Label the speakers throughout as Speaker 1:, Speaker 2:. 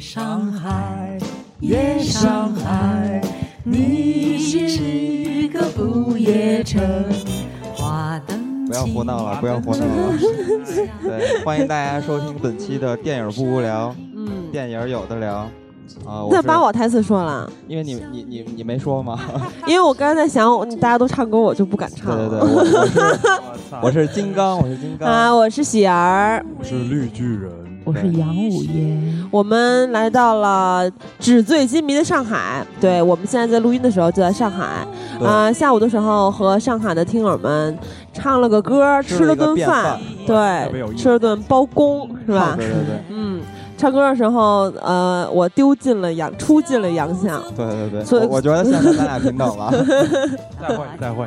Speaker 1: 上海，夜上海，你是个不夜城。华灯
Speaker 2: 不要胡闹了，不要胡闹 了。对，欢迎大家收听本期的电影不无聊，
Speaker 1: 嗯，
Speaker 2: 电影有的聊。啊、我
Speaker 3: 那
Speaker 2: 是
Speaker 3: 把我台词说了，
Speaker 2: 因为你你你你没说 吗？
Speaker 3: 因为我刚才在想，我大家都唱歌，我就不敢唱
Speaker 2: 对对
Speaker 3: 了。
Speaker 2: 对，我我是 我是金刚，我是金刚。
Speaker 3: 啊，我是喜儿，
Speaker 4: 我是绿巨人，
Speaker 1: 我是杨五爷，
Speaker 3: 我们来到了纸醉金迷的上海。对，我们现在在录音的时候就在上海，
Speaker 2: 对
Speaker 3: 啊、下午的时候和上海的听友们唱了个歌，
Speaker 2: 吃
Speaker 3: 吃
Speaker 2: 了
Speaker 3: 了
Speaker 2: 一个
Speaker 3: 顿
Speaker 2: 便
Speaker 3: 饭
Speaker 2: 饭，
Speaker 4: 特别有
Speaker 3: 对，
Speaker 4: 意思
Speaker 3: 吃了顿包公，是吧？
Speaker 2: 对对对
Speaker 3: 嗯，唱歌的时候，呃，我丢进了洋，出进了洋相。
Speaker 2: 对对对，
Speaker 3: 所以
Speaker 2: 我我觉得现在咱俩平等了。
Speaker 4: 再会再会。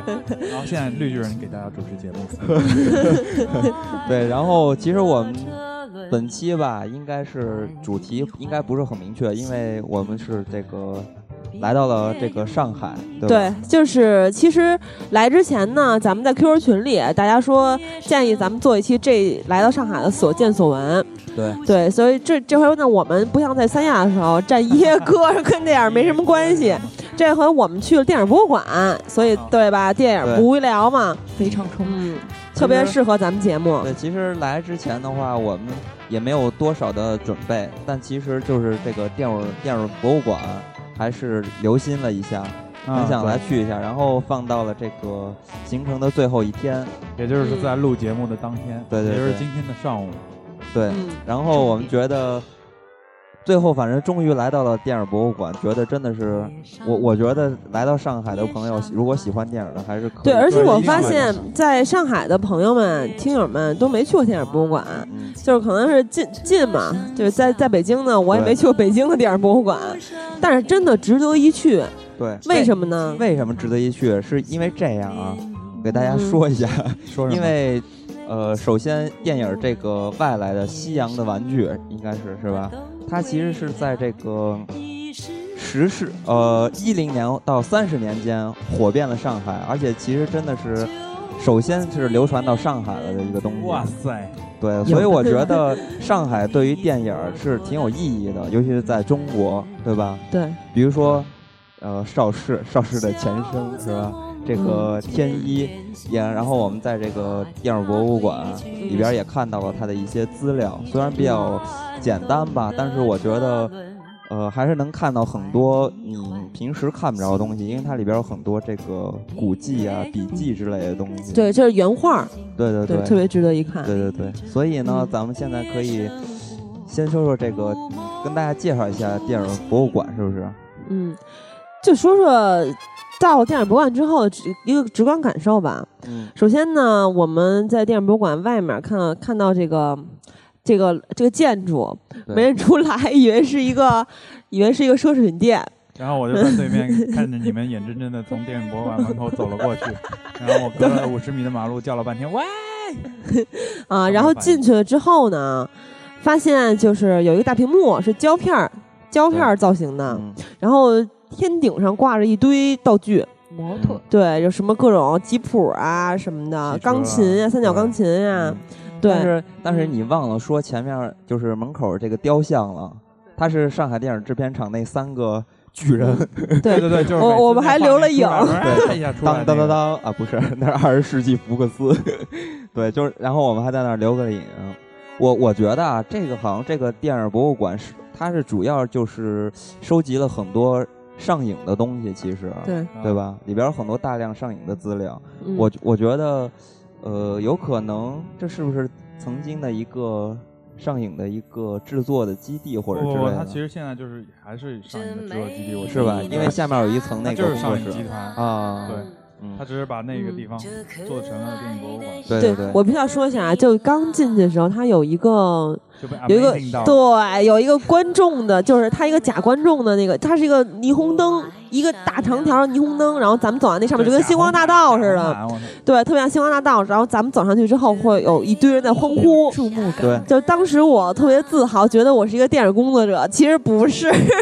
Speaker 4: 然后现在绿巨人给大家主持节目，嗯
Speaker 2: 对，然后其实我们本期吧，应该是主题应该不是很明确，因为我们是这个来到了这个上海，对吧？
Speaker 3: 对，就是其实来之前呢，咱们在 QQ 群里，大家说建议咱们做一期这来到上海的所见所闻。
Speaker 2: 对
Speaker 3: 对，所以这这回呢，我们不像在三亚的时候站耶哥跟电影没什么关系，这回我们去了电影博物馆，所以对吧？电影不无聊嘛，
Speaker 1: 非常充满。
Speaker 3: 嗯，特别适合咱们节目。
Speaker 2: 对，其实来之前的话，我们也没有多少的准备，但其实就是这个电影电影博物馆还是留心了一下，
Speaker 4: 啊
Speaker 2: 很想来，去一下，然后放到了这个行程的最后一天。
Speaker 4: 也就是在录节目的当天，
Speaker 2: 对对对
Speaker 4: 也就是今天的上午，
Speaker 2: 对，
Speaker 3: 嗯，
Speaker 2: 然后我们觉得最后反正终于来到了电影博物馆，觉得真的是。我我觉得来到上海的朋友，如果喜欢电影的，还是可以。
Speaker 3: 对，而且
Speaker 4: 对
Speaker 3: 我
Speaker 4: 一定
Speaker 3: 发
Speaker 4: 要来
Speaker 3: 现
Speaker 4: 上海，
Speaker 3: 在上海的朋友们、听友们都没去过电影博物馆。
Speaker 2: 嗯，
Speaker 3: 就是可能是近近嘛，就是在在北京呢，我也
Speaker 2: 对
Speaker 3: 没去过北京的电影博物馆，
Speaker 2: 啊
Speaker 3: 但是真的值得一去。
Speaker 2: 对。
Speaker 3: 为什么呢？
Speaker 2: 为什么值得一去？是因为这样啊，给大
Speaker 3: 嗯
Speaker 2: 家说一下，
Speaker 4: 说什么
Speaker 2: 因为呃，首先电影这个外来的西洋的玩具，应该是是吧？它其实是在这个十世呃一零年到三十年间火遍了上海，而且其实真的是。首先是流传到上海了的一个东西，
Speaker 4: 哇塞，
Speaker 2: 对， 所以我觉得上海对于电影是挺有意义的，尤其是在中国，对吧？
Speaker 3: 对，
Speaker 2: 比如说，呃，邵氏，邵氏的前身是吧？这
Speaker 4: 嗯
Speaker 2: 个呃天一也，然后我们在这个电影博物馆
Speaker 3: 嗯
Speaker 2: 里边也看到了他的一些资料，虽然比较简单吧，但是我觉得，呃，还是能看到很多你平时看不着的东西，因为它里边有很多这个古迹啊、笔记之类的东西。
Speaker 3: 对，这是原画，
Speaker 2: 对对
Speaker 3: 对，特别嗯值得一看。
Speaker 2: 对对对，所以呢，咱们现在可以先说说这个，跟大家介绍一下电影博物馆是不是？
Speaker 3: 嗯，就说说到了电影博物馆之后的直一个直观感受吧。
Speaker 2: 嗯，
Speaker 3: 首先呢，我们在电影博物馆外面看到看到这个这个这个建筑，
Speaker 2: 对
Speaker 3: 没认出来， 以为是一个以为是一个奢侈品店。
Speaker 4: 然后我就在对面看着你们眼睁睁的从电影博物馆门口走了过去，然后我隔了五十米的马路叫了半天，喂，
Speaker 3: 啊，
Speaker 4: 慢
Speaker 3: 然后
Speaker 4: 反
Speaker 3: 进去了之后呢，发现就是有一个大屏幕是胶片儿，胶片儿造型的，
Speaker 2: 嗯
Speaker 3: 然后天顶上挂着一堆道具，
Speaker 1: 摩托，
Speaker 3: 对，有什么各种吉普啊什么的，
Speaker 4: 汽车
Speaker 3: 钢琴呀、
Speaker 4: 啊
Speaker 3: 三角钢琴呀、
Speaker 2: 嗯但
Speaker 3: 对，
Speaker 2: 是但是你忘了说前面就是门口这个雕像了，它是上海电影制片厂那三个巨人，
Speaker 4: 对对对，就
Speaker 3: 我
Speaker 4: 是每次
Speaker 3: 我们
Speaker 4: 那
Speaker 3: 还
Speaker 4: 画
Speaker 3: 留
Speaker 4: 面
Speaker 3: 了影
Speaker 4: 出来
Speaker 2: 对
Speaker 4: 哎一下出来
Speaker 2: 当
Speaker 4: 那
Speaker 2: 当当
Speaker 4: 个
Speaker 2: 当啊，不是， 那是二十世纪福克斯，对，就是，然后我们还在那儿留个影。我我觉得啊，这个好像这个电影博物馆是，它是主要就是收集了很多上影的东西，其实，
Speaker 3: 对，
Speaker 2: 对？吧？里边有很多大量上影的资料，
Speaker 3: 嗯
Speaker 2: 我我觉得，呃，有可能这是不是曾经的一个上影的一个制作的基地或
Speaker 4: 不
Speaker 2: 者之
Speaker 4: 不不，它
Speaker 2: 类
Speaker 4: 其
Speaker 2: 的，
Speaker 4: 实现在就是还是上一个制作基地，我觉
Speaker 2: 是
Speaker 4: 得
Speaker 2: 吧？因为下面有一层
Speaker 4: 它
Speaker 2: 那
Speaker 4: 就
Speaker 2: 个
Speaker 4: 是
Speaker 2: 工
Speaker 4: 上
Speaker 2: 作
Speaker 4: 影
Speaker 2: 室
Speaker 4: 集团，
Speaker 2: 啊，
Speaker 4: 对，
Speaker 2: 嗯
Speaker 4: 它只是把那个地方做成了电影博物馆，
Speaker 2: 对
Speaker 3: 对
Speaker 2: 对对，
Speaker 3: 我必须要说一下啊，就刚进去的时候，它有一个
Speaker 4: 就被
Speaker 3: 有一个
Speaker 4: amazing 到了
Speaker 3: 对，有一个观众的，就是它一个假观众的那个，它是一个霓虹灯，一个大长条的霓虹灯，然后咱们走到那上面就跟星光大道似的，，对，特别像星光大道。然后咱们走上去之后，会有一堆人在欢呼。
Speaker 1: 注目感，
Speaker 2: 对
Speaker 3: 就当时我特别自豪，觉得我是一个电影工作者，其实不是，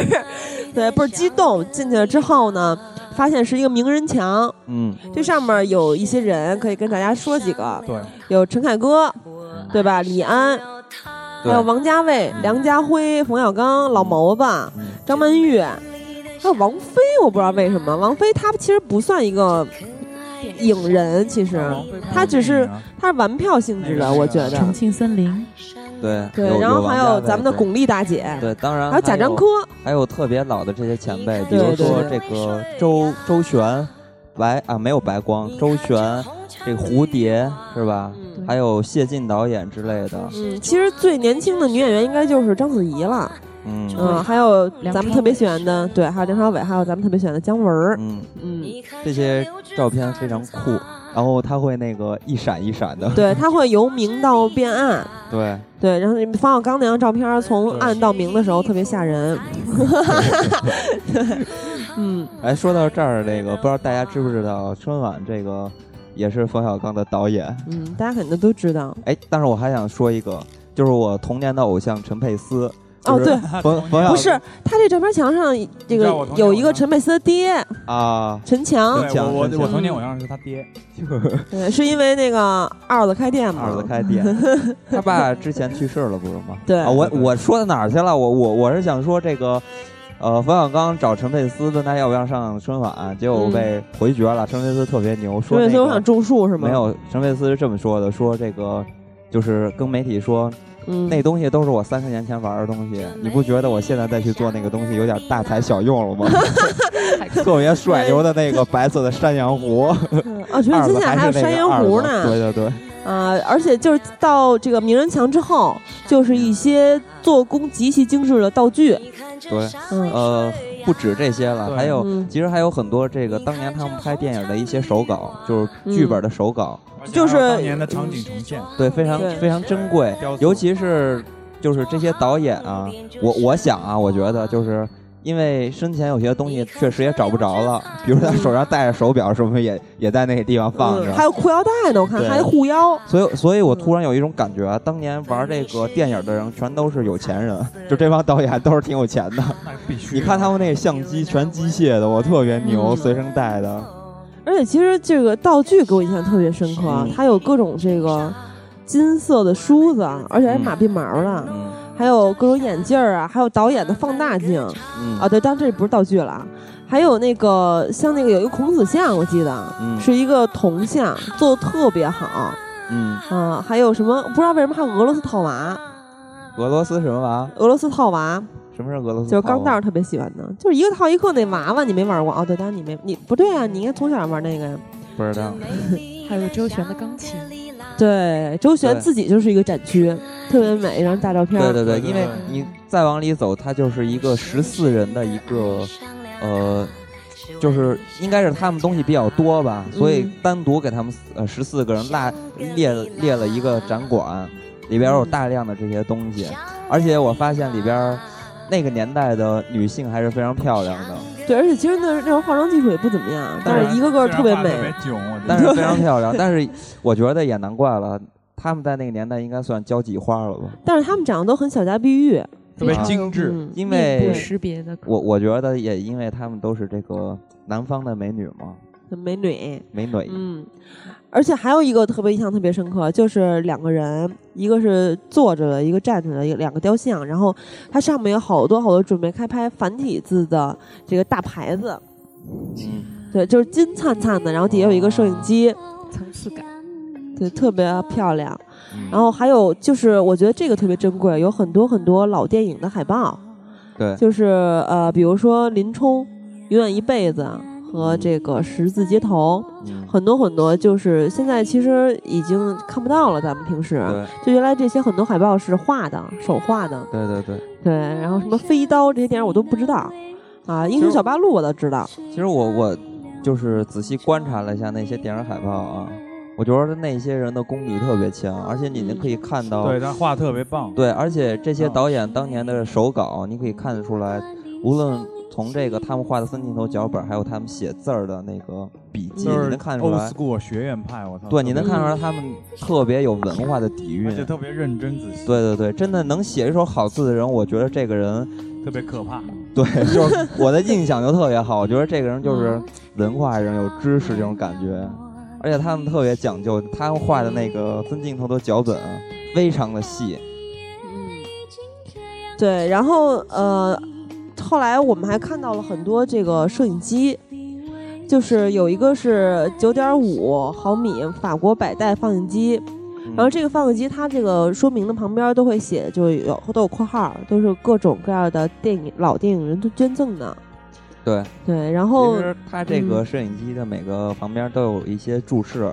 Speaker 3: 对，倍儿激动。进去了之后呢，发现是一个名人墙，
Speaker 2: 嗯，
Speaker 3: 这上面有一些人，可以跟大家说几个，
Speaker 4: 对，
Speaker 3: 有陈凯歌，对吧？李安，还有王家卫、
Speaker 2: 嗯
Speaker 3: 梁家辉、冯小刚、老谋子、张曼玉，还有王菲，我不知道为什么王菲她其实不算一个影人，其实她只是她是玩票性质的，我觉
Speaker 2: 嗯
Speaker 3: 得。
Speaker 1: 重庆森林，
Speaker 2: 对
Speaker 3: 对
Speaker 2: 哎啊有，
Speaker 3: 然后还有
Speaker 2: 有
Speaker 3: 咱们的巩
Speaker 2: 俐，
Speaker 3: 俐大姐，
Speaker 2: 对，嗯当然
Speaker 3: 还有贾樟柯，，
Speaker 2: 还有特别老的这些前辈，比
Speaker 3: 对
Speaker 2: 如
Speaker 3: 对
Speaker 2: 说这
Speaker 3: 对
Speaker 2: 个周周璇，白啊没有白光，周璇，这个蝴蝶是吧？
Speaker 3: 嗯
Speaker 2: 还有谢晋导演之类的，
Speaker 3: 嗯，其实最年轻的女演员应该就是章子怡了，
Speaker 2: 嗯
Speaker 3: 嗯，还有
Speaker 1: 梁
Speaker 3: 咱们
Speaker 1: 朝
Speaker 3: 特别
Speaker 1: 伟
Speaker 3: 喜欢的，对，还有梁朝伟，还有咱们特别喜欢的姜文儿，
Speaker 2: 嗯，
Speaker 3: 嗯，
Speaker 2: 这些照片非常酷，然后他会那个一闪一闪的，
Speaker 3: 啊对，他会由明到变暗，
Speaker 2: 对，
Speaker 3: 对，然后冯小刚那张照片儿从暗到明的时候特别 吓人，对，嗯，
Speaker 2: 哎，说到这儿，那个不知道大家知不知道，春晚这个也是冯小刚的导演。
Speaker 3: 嗯，大家肯定都知道。
Speaker 2: 哎，但是我还想说一个，就是我童年的偶像陈佩斯。
Speaker 3: 哦
Speaker 2: 就是
Speaker 3: 对
Speaker 2: 冯冯小
Speaker 3: 不是，他这照片墙上这
Speaker 4: 你知
Speaker 3: 个
Speaker 4: 道我同学
Speaker 3: 有
Speaker 4: 我
Speaker 3: 一个
Speaker 4: 吗
Speaker 3: 陈佩斯的爹
Speaker 2: 啊，
Speaker 3: 陈强，
Speaker 4: 对，我我
Speaker 2: 讲
Speaker 4: 我
Speaker 3: 讲
Speaker 4: 童年偶像是他爹，
Speaker 3: 对，是因为那个二子开店嘛，
Speaker 2: 二子开店， 他爸之前去世了，不是吗？
Speaker 3: 对
Speaker 2: 啊，我我说到哪儿去了？我我我是想说这个，呃，冯小刚找陈佩斯问他要不要上春晚，结果
Speaker 3: 嗯
Speaker 2: 被回绝了。陈佩斯特别牛，说
Speaker 3: 所以
Speaker 2: 那
Speaker 3: 说我
Speaker 2: 个
Speaker 3: 想种树是吗？
Speaker 2: 没，有，陈佩斯是这么说的，说这个就是跟媒体说
Speaker 3: 嗯，
Speaker 2: 那东西都是我三十年前玩的东西，你不觉得我现在再去做那个东西有点大材小用了 吗？特别帅牛的那个白色的山羊胡，
Speaker 3: 啊，陈
Speaker 2: 二
Speaker 3: 佩斯
Speaker 2: 子
Speaker 3: 现在
Speaker 2: 还
Speaker 3: 还
Speaker 2: 是那
Speaker 3: 有
Speaker 2: 个
Speaker 3: 山羊
Speaker 2: 二
Speaker 3: 胡
Speaker 2: 子
Speaker 3: 呢，
Speaker 2: 对对对，
Speaker 3: 啊，而且就是到这个名人墙之后，就是一些做工极其精致的道具，
Speaker 2: 对，
Speaker 3: 嗯
Speaker 2: 呃，不止这些了，
Speaker 4: 对
Speaker 2: 还有
Speaker 3: 嗯，
Speaker 2: 其实还有很多这个当年他们拍电影的嗯一些手稿，就是剧本的手稿，
Speaker 3: 就是嗯
Speaker 4: 而且还有当年的场景重现，
Speaker 2: 对，非常
Speaker 3: 对
Speaker 2: 非常珍贵
Speaker 4: 雕
Speaker 3: 嗯
Speaker 4: 塑，
Speaker 2: 尤其是就是这些导演啊，我我想啊，我觉得就是。因为生前有些东西确实也找不着了，比如他手上戴着手表什么也也在那个地方放着，
Speaker 3: 嗯还有裤腰带呢，我看
Speaker 2: 对
Speaker 3: 还护腰，
Speaker 2: 所以，所以我突然有一种感觉啊，当年玩这个电影的人全都是有钱人，就这帮导演都是挺有钱的。
Speaker 4: 那必须。
Speaker 2: 你看他们那个相机全机械的，我特别牛，
Speaker 3: 嗯
Speaker 2: 随身带的。
Speaker 3: 而且其实这个道具给我印象特别深刻啊，
Speaker 2: 嗯
Speaker 3: 它有各种这个金色的梳子，啊而且还是马鬓毛的，
Speaker 2: 嗯
Speaker 3: 还有各种眼镜儿啊，还有导演的放大镜
Speaker 2: 嗯
Speaker 3: 啊，对，当然这不是道具了啊，还有那个像那个有一个孔子像，我记得。
Speaker 2: 嗯
Speaker 3: 是一个铜像，做的特别好啊、
Speaker 2: 嗯，
Speaker 3: 还有什么不知道为什么还有俄罗斯套娃，
Speaker 2: 俄罗斯什么娃？
Speaker 3: 俄罗斯套娃
Speaker 2: 什么是俄罗斯
Speaker 3: 就
Speaker 2: 套
Speaker 3: 是
Speaker 2: 娃？
Speaker 3: 钢蛋儿特别喜欢的，就是一个套一个那娃娃，你没玩过哦？对，当然你没，你不对啊，你应该从小玩那个呀。
Speaker 2: 不知道。
Speaker 1: 还有周璇的钢琴，
Speaker 3: 对，周璇
Speaker 2: 对
Speaker 3: 自己就是一个展区，特别美，一张大照片。
Speaker 2: 对对对，
Speaker 4: 对对
Speaker 2: 因为
Speaker 4: 对
Speaker 2: 你再往里走，它就是一个十四人的一个呃。就是应该是他们东西比较多吧，所以
Speaker 3: 嗯
Speaker 2: 单独给他们呃十四个人拉列列了一个展馆，里边有大量的这些东西，而且我发现里边那个年代的女性还是非常漂亮 的，
Speaker 3: 对，而且其实那那时候化妆技术也不怎么样，
Speaker 4: 当然，
Speaker 3: 但是一个个
Speaker 4: 虽然
Speaker 3: 特别
Speaker 4: 画得特
Speaker 3: 美
Speaker 4: 别。囧，我觉得
Speaker 2: 但是非常漂亮，但是我觉得也难怪了，她们在那个年代应该算交际花了吧，
Speaker 3: 但是他们长得都很小家碧玉，
Speaker 4: 特别精致，
Speaker 3: 嗯，
Speaker 2: 因
Speaker 1: 面部
Speaker 2: 为
Speaker 1: 识别的
Speaker 2: 我我觉得也因为她们都是这个南方的美女嘛，
Speaker 3: 很美女，
Speaker 2: 美女，
Speaker 3: 嗯。而且还有一个特别印象特别深刻，就是两个人，一个是坐着的，一个站着的，一个两个雕像，然后它上面有好多好多准备开拍繁体字的这个大牌子，
Speaker 2: 嗯，
Speaker 3: 对，就是金灿灿的，然后底下有一个摄影机，
Speaker 1: 层次感，
Speaker 3: 对，特别漂亮。
Speaker 2: 哦嗯
Speaker 3: 然后还有就是，我觉得这个特别珍贵，有很多很多老电影的海报，
Speaker 2: 对，
Speaker 3: 就是呃，比如说林冲《永远一辈子》和这个《十字街头》，
Speaker 2: 嗯，
Speaker 3: 很多很多，就是现在其实已经看不到了。咱们平时
Speaker 2: 对
Speaker 3: 就原来这些很多海报是画的，手画的，
Speaker 2: 对对对。
Speaker 3: 对。然后什么飞刀这些电影我都不知道啊，《英雄小八路》我倒知道，
Speaker 2: 其实我我就是仔细观察了一下那些电影海报啊，我觉得那些人的功底特别强，而且
Speaker 3: 嗯
Speaker 2: 你能可以看到，
Speaker 4: 对，嗯他画得特别棒。
Speaker 2: 嗯对而且这些导演当年的手稿，你可以看得出来，无论从这个他们画的分镜头脚本，还有他们写字儿的那个笔记，
Speaker 4: 就
Speaker 2: 你
Speaker 4: 是
Speaker 2: 能看出
Speaker 4: old
Speaker 2: 来，
Speaker 4: school 学院派，我操，
Speaker 2: 对，你能看出来
Speaker 3: 嗯
Speaker 2: 他们特别有文化的底蕴
Speaker 4: 而。且特别认真仔细，，
Speaker 2: 对对对，真的能写一手好字的人，我觉得这个人，
Speaker 4: 特别可怕。
Speaker 2: 对， 就是我的印象就特别好。我觉得这个人就是文化人，有知识这种感觉。而且他们特别讲究，他们画的那个分镜头的脚本非常的细，
Speaker 3: 嗯，对，然后呃，后来我们还看到了很多这个摄影机，就是有一个是九点五毫米法国百代放映机，
Speaker 2: 嗯
Speaker 3: 然后这个放映机它这个说明的旁边都会写，就是有都有括号，都是各种各样的电影老电影人都捐赠的。
Speaker 2: 对，
Speaker 3: 对，然后
Speaker 2: 其实它这
Speaker 3: 嗯
Speaker 2: 个摄影机的每个旁边都有一些注释，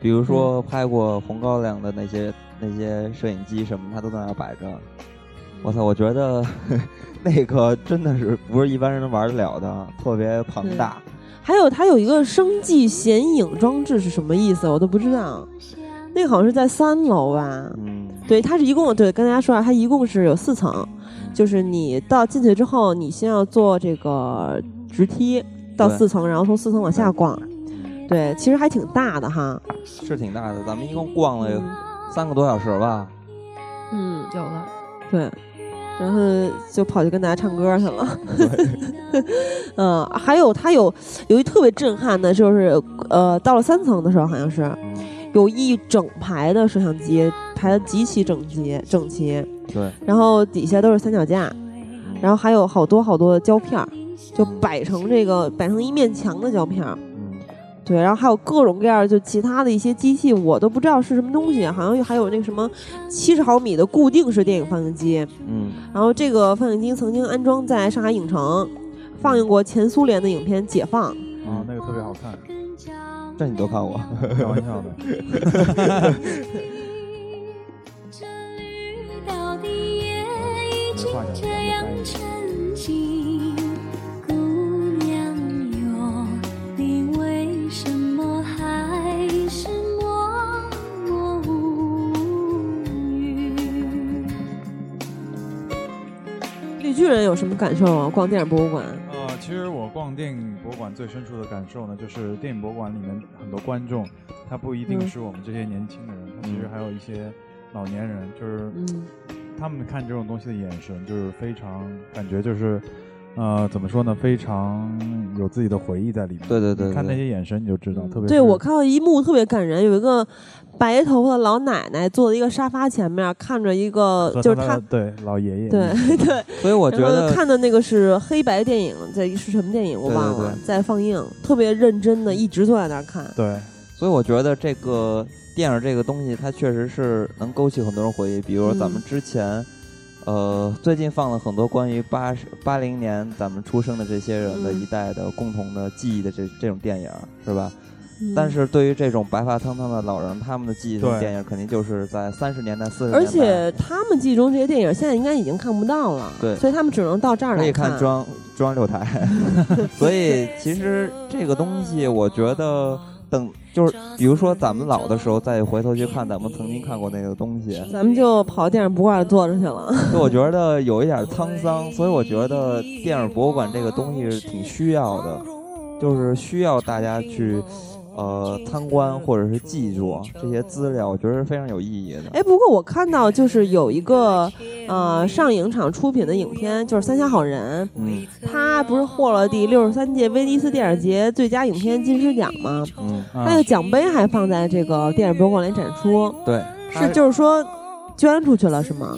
Speaker 2: 比如说
Speaker 3: 嗯
Speaker 2: 拍过红高粱的那些那些摄影机什么，它都在那儿摆
Speaker 3: 嗯
Speaker 2: 着。我操，我觉得 那个真的是不是一般人玩得了的，特别庞大。
Speaker 3: 还有它有一个生计显影装置是什么意思，我都不知道。那个好像是在三楼吧？
Speaker 2: 嗯，
Speaker 3: 对，它是一共对，跟大家说一下，啊它一共是有四层，就是你到进去之后，你先要坐这个直梯到
Speaker 2: 对
Speaker 3: 四层，然后从四层往下逛。对，其实还挺大的哈。
Speaker 2: 是挺大的。咱们一共逛了有
Speaker 3: 嗯
Speaker 2: 三个多小时吧。
Speaker 3: 嗯，
Speaker 1: 有了，
Speaker 3: 对，然后就跑去跟大家唱歌去了。 嗯，还有它有有一特别震撼的，就是呃，到了三层的时候，好像是
Speaker 2: 嗯，
Speaker 3: 有一整排的摄像机，排的极其整齐整齐，
Speaker 2: 对。
Speaker 3: 然后底下都是三脚架，然后还有好多好多的胶片儿，就摆成这个摆成一面墙的胶片儿。
Speaker 2: 嗯，
Speaker 3: 对，然后还有各种各样儿就其他的一些机器，我都不知道是什么东西，好像还有那个什么七十毫米的固定式电影放映机，
Speaker 2: 嗯，
Speaker 3: 然后这个放映机曾经安装在上海影城，放映过前苏联的影片《解放》。
Speaker 4: 啊，
Speaker 3: 嗯
Speaker 4: 那个特别好看，
Speaker 2: 嗯这你都看过？
Speaker 4: 开玩笑的。
Speaker 5: 这绿岛的夜已经这样沉静，姑娘哟，你为什么还是默默无语？
Speaker 3: 绿巨人有什么感受啊？逛电影博物馆，
Speaker 4: 呃，其实我逛电影博物馆最深处的感受呢，就是电影博物馆里面很多观众，他不一定
Speaker 3: 嗯
Speaker 4: 是我们这些年轻的人，他其实
Speaker 2: 嗯
Speaker 4: 还有一些老年人，就是
Speaker 3: 嗯，
Speaker 4: 他们看这种东西的眼神，就是非常感觉就是，呃，怎么说呢，非常有自己的回忆在里面。
Speaker 2: 对对对
Speaker 4: 你看那
Speaker 2: 对
Speaker 4: 些眼神你就知道，
Speaker 3: 嗯
Speaker 4: 特别
Speaker 3: 对
Speaker 4: 是
Speaker 3: 我看到一幕特别感人，有一个白头发的老奶奶坐在一个沙发前面，看着一个
Speaker 4: 和
Speaker 3: 就是
Speaker 4: 他
Speaker 3: 她
Speaker 4: 的，对老爷爷，
Speaker 3: 对对，
Speaker 2: 所以我觉
Speaker 3: 然后
Speaker 2: 得
Speaker 3: 看的那个是黑白电影，在是什么电影我忘
Speaker 2: 对
Speaker 3: 了，
Speaker 2: 对嗯对
Speaker 3: 在放映，特别认真的一直坐在那儿看。
Speaker 4: 对
Speaker 2: 所以我觉得这个电影这个东西，它确实是能勾起很多人回忆。比如
Speaker 3: 嗯
Speaker 2: 咱们之前，呃，最近放了很多关于八十八零年咱们出生的这些人的
Speaker 3: 嗯
Speaker 2: 一代的共同的记忆的这这种电影，是吧？
Speaker 3: 嗯
Speaker 2: 但，是对于这种白发苍苍的老人，他们的记忆的
Speaker 4: 对
Speaker 2: 电影肯定就是在三十年代、四十年代，
Speaker 3: 而且他们记忆中这些电影现在应该已经看不到了，
Speaker 2: 对
Speaker 3: 所以他们只能到这儿
Speaker 2: 可
Speaker 3: 来
Speaker 2: 以看中央中央六 台。所以其实这个东西，我觉得等就是，比如说咱们老的时候再回头去看咱们曾经看过那个东西，
Speaker 3: 咱们就跑电影博物馆坐着去了。
Speaker 2: 所以我觉得有一点沧桑，所以我觉得电影博物馆这个东西是挺需要的，就是需要大家
Speaker 3: 哦
Speaker 2: 去呃参观或者是记住这些资料，我觉得是非常有意义的。
Speaker 3: 哎，不过我看到就是有一个
Speaker 2: 嗯
Speaker 3: 呃上影厂出品的影片，就是《三峡好人
Speaker 2: 嗯》，
Speaker 3: 他不是获了第六十三届威尼斯电影节最佳影片金狮奖吗？
Speaker 2: 嗯，
Speaker 3: 他
Speaker 4: 啊
Speaker 3: 那个奖杯还放在这个电影博物馆里展出，
Speaker 2: 对，
Speaker 3: 是就是说捐出去了是吗？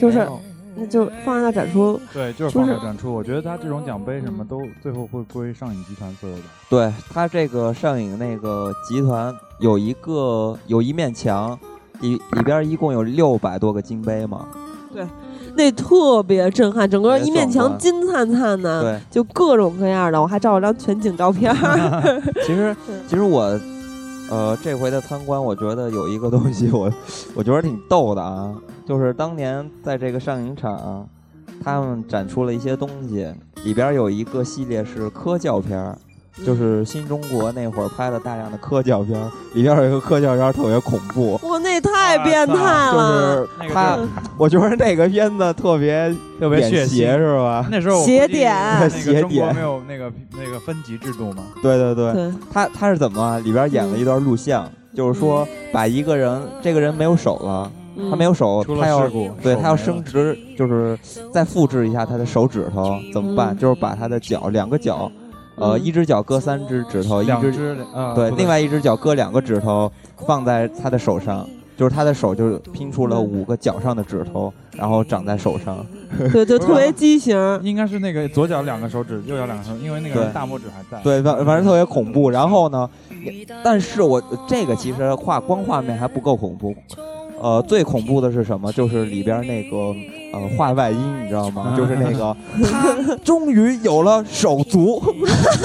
Speaker 3: 就是
Speaker 2: 没有
Speaker 3: 那就放在那展出，
Speaker 4: 对，就是
Speaker 3: 就
Speaker 4: 放
Speaker 3: 是
Speaker 4: 在展出。我觉得他这种奖杯什
Speaker 3: 嗯
Speaker 4: 么都最后会归上影集团所有的。
Speaker 2: 对他这个上影那个集团有一个有一面墙，里里边一共有六百多个金杯嘛，
Speaker 3: 那特别震撼，整个一面墙金灿灿的，
Speaker 2: 对。
Speaker 3: 就各种各样的，我还照了张全景照片儿。
Speaker 2: 其实
Speaker 3: 对，
Speaker 4: 嗯
Speaker 2: 其实我，呃，这回的参观，我觉得有一个东西我，我觉得挺逗的啊，就是当年在这个上影厂，他们展出了一些东西，里边有一个系列是科教片儿。
Speaker 4: 嗯
Speaker 2: 就是新中国那会儿拍了大量的科教片儿，里边有一个科教片儿特别恐怖，
Speaker 3: 哇，那也太变态
Speaker 2: 就
Speaker 3: 了！
Speaker 2: 是
Speaker 4: 啊那个
Speaker 2: 他
Speaker 4: 是，
Speaker 2: 我觉得那个片子特别
Speaker 4: 特别
Speaker 2: 扁
Speaker 4: 血
Speaker 2: 斜
Speaker 4: 腥。
Speaker 2: 是吧？
Speaker 4: 那时候我
Speaker 3: 邪
Speaker 4: 估计
Speaker 3: 典
Speaker 4: 那
Speaker 2: 邪
Speaker 4: 个中国
Speaker 2: 典
Speaker 4: 没有那个那个分级制度嘛，
Speaker 2: 对对对，
Speaker 3: 对，
Speaker 2: 他他是怎么啊里边演了一段录像，就是
Speaker 4: 嗯
Speaker 2: 说把一个人，这个人没有手了，
Speaker 3: 嗯
Speaker 2: 他没有手，
Speaker 4: 出
Speaker 2: 哦他
Speaker 4: 了
Speaker 2: 要
Speaker 4: 事故，
Speaker 2: 对
Speaker 4: 手
Speaker 2: 他要
Speaker 4: 没了
Speaker 2: 伸直，就是再复制一下他的手指头怎么办？
Speaker 3: 嗯
Speaker 2: 就是把他的脚两个脚，呃，
Speaker 3: 嗯
Speaker 2: 一只脚搁三只指头，一
Speaker 4: 两
Speaker 2: 只
Speaker 4: 只
Speaker 2: 呃
Speaker 4: 啊，
Speaker 2: 对，
Speaker 4: 不
Speaker 2: 另外一只脚搁两个指头放在他的手上，就是他的手就是拼出了五个脚上的指头，然后长在手上。
Speaker 3: 对，就特别畸形。
Speaker 4: 应该是那个左脚两个手指，右脚两个手，因为那个
Speaker 2: 对
Speaker 4: 大拇指还在。
Speaker 2: 对，反反正特别恐怖。然后呢，也但是我这个其实画光画面还 不够恐怖，呃，最恐怖的是什么？就是里边那个呃画外音，你知道吗？就是那个他终于有了手足，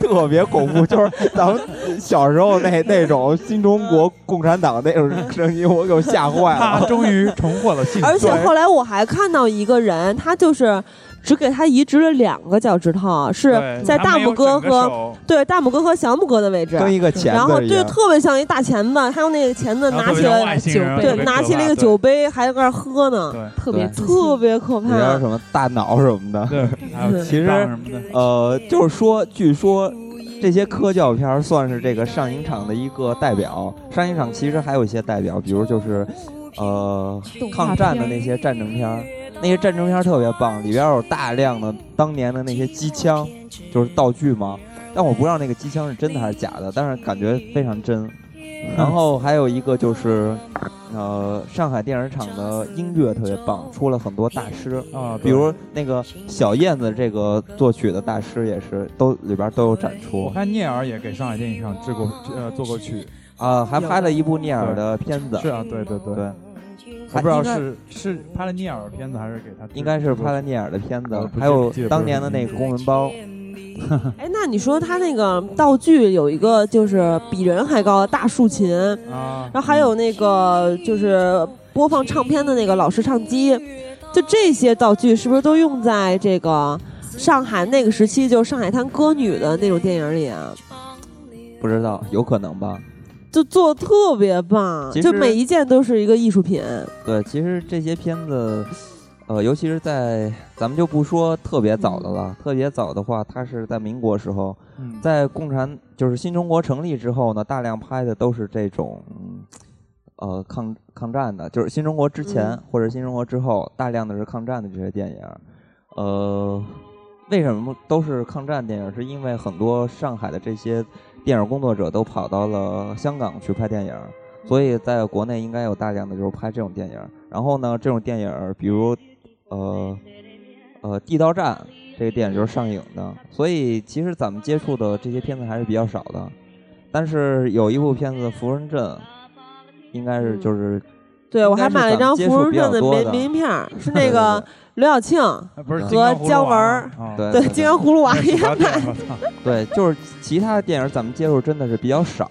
Speaker 2: 特别恐怖。就是咱们小时候那那种新中国共产党那种声音，我给我吓坏
Speaker 4: 他
Speaker 2: 了。
Speaker 4: 终于重获了幸福。
Speaker 3: 而且后来我还看到一个人，他就是只给他移植了两个脚趾头，是
Speaker 4: 对
Speaker 3: 在
Speaker 4: 他
Speaker 3: 大
Speaker 4: 没有
Speaker 3: 拇哥
Speaker 4: 整个
Speaker 3: 和
Speaker 4: 手
Speaker 3: 对大拇哥和小拇哥的位置。
Speaker 2: 跟一个钳子一样，
Speaker 3: 然后对，特别像一大钳子，还有那个钳子
Speaker 4: 然后
Speaker 3: 拿
Speaker 4: 特别
Speaker 3: 起
Speaker 4: 像
Speaker 3: 来
Speaker 4: 外，星人
Speaker 1: 酒杯
Speaker 3: 对
Speaker 4: 特，别
Speaker 3: 拿
Speaker 4: 可
Speaker 3: 起
Speaker 4: 怕
Speaker 3: 了一个
Speaker 4: 对
Speaker 3: 酒杯，还在那儿喝呢，
Speaker 4: 对
Speaker 1: 特别
Speaker 2: 对
Speaker 1: 自信
Speaker 3: 特别可
Speaker 2: 里边有
Speaker 3: 怕。
Speaker 2: 什么大脑什么的。
Speaker 4: 对，还有
Speaker 2: 其实
Speaker 4: 棒什么的，
Speaker 2: 呃，就是说，据说这些科教片儿算是这个上影厂的一个代表。上影厂其实还有一些代表，比如就是呃
Speaker 1: 动画
Speaker 2: 抗战的
Speaker 1: 片
Speaker 2: 那些战争片儿，那些战争片儿特别棒，里边儿有大量的当年的那些机枪，就是道具嘛。但我不知道那个机枪是真的还是假的，但是感觉非常真。然后还有一个就是，呃，上海电影厂的音乐特别棒，出了很多大师，
Speaker 4: 啊，
Speaker 2: 比如那个小燕子这个作曲的大师也是都里边都有展
Speaker 4: 我
Speaker 2: 出
Speaker 4: 看聂耳也给上海电影厂制过呃做过曲，
Speaker 2: 啊，还拍了一部聂耳的片子
Speaker 4: 是，啊，对对对，
Speaker 2: 对，
Speaker 4: 我
Speaker 2: 还
Speaker 4: 不知道
Speaker 2: 应该
Speaker 4: 是是拍了聂耳片子还是给他制作，
Speaker 2: 应该是拍了聂耳的片子
Speaker 4: 我，呃不记
Speaker 2: 还有
Speaker 4: 记得不是
Speaker 2: 当年的那个公文包，
Speaker 3: 哎，那你说他那个道具有一个就是比人还高的大竖琴，
Speaker 4: 啊
Speaker 3: 然后还有那个就是播放唱片的那个老式唱机，就这些道具是不是都用在这个上海那个时期，就是上海滩歌女的那种电影里啊？
Speaker 2: 不知道有可能吧？
Speaker 3: 就做的特别棒，
Speaker 2: 其
Speaker 3: 就
Speaker 2: 实
Speaker 3: 每一件都是一个艺术品。
Speaker 2: 对，其实这些片子，呃，尤其是在咱们就不说特别早的了，特别早的话，它是在民国时候，
Speaker 4: 嗯
Speaker 2: 在共产就是新中国成立之后呢，大量拍的都是这种，嗯呃，抗抗战的，就是新中国之前、
Speaker 3: 嗯
Speaker 2: 或者新中国之后，大量的是抗战的这些电影儿。呃，为什么都是抗战电影儿？是因为很多上海的这些电影工作者都跑到了香港去拍电影儿，所以在国内应该有大量的就是拍这种电影儿。然后呢，这种电影儿比如呃呃《地道战》这个电影就是上映的，所以其实咱们接触的这些片子还是比较少的。但是有一部片子《芙蓉镇》，应该是
Speaker 3: 嗯
Speaker 2: 就是
Speaker 3: 对我
Speaker 2: 应
Speaker 3: 还
Speaker 2: 该是
Speaker 3: 买了一
Speaker 2: 咱们
Speaker 3: 张
Speaker 2: 接触
Speaker 3: 芙蓉
Speaker 2: 比较
Speaker 3: 镇的
Speaker 2: 多
Speaker 3: 明
Speaker 2: 的
Speaker 3: 明信片儿， 是那个刘晓庆，
Speaker 4: 啊不是
Speaker 2: 和
Speaker 4: 金刚葫芦
Speaker 3: 姜
Speaker 4: 娃
Speaker 3: 文
Speaker 4: 吗啊
Speaker 2: 嗯对
Speaker 3: 对，《金刚葫芦娃》
Speaker 4: 那
Speaker 3: 一
Speaker 4: 是啥
Speaker 3: 样
Speaker 4: 电
Speaker 3: 买。
Speaker 4: 影我操
Speaker 2: 对，就是其他的电影咱们接触真的是比较少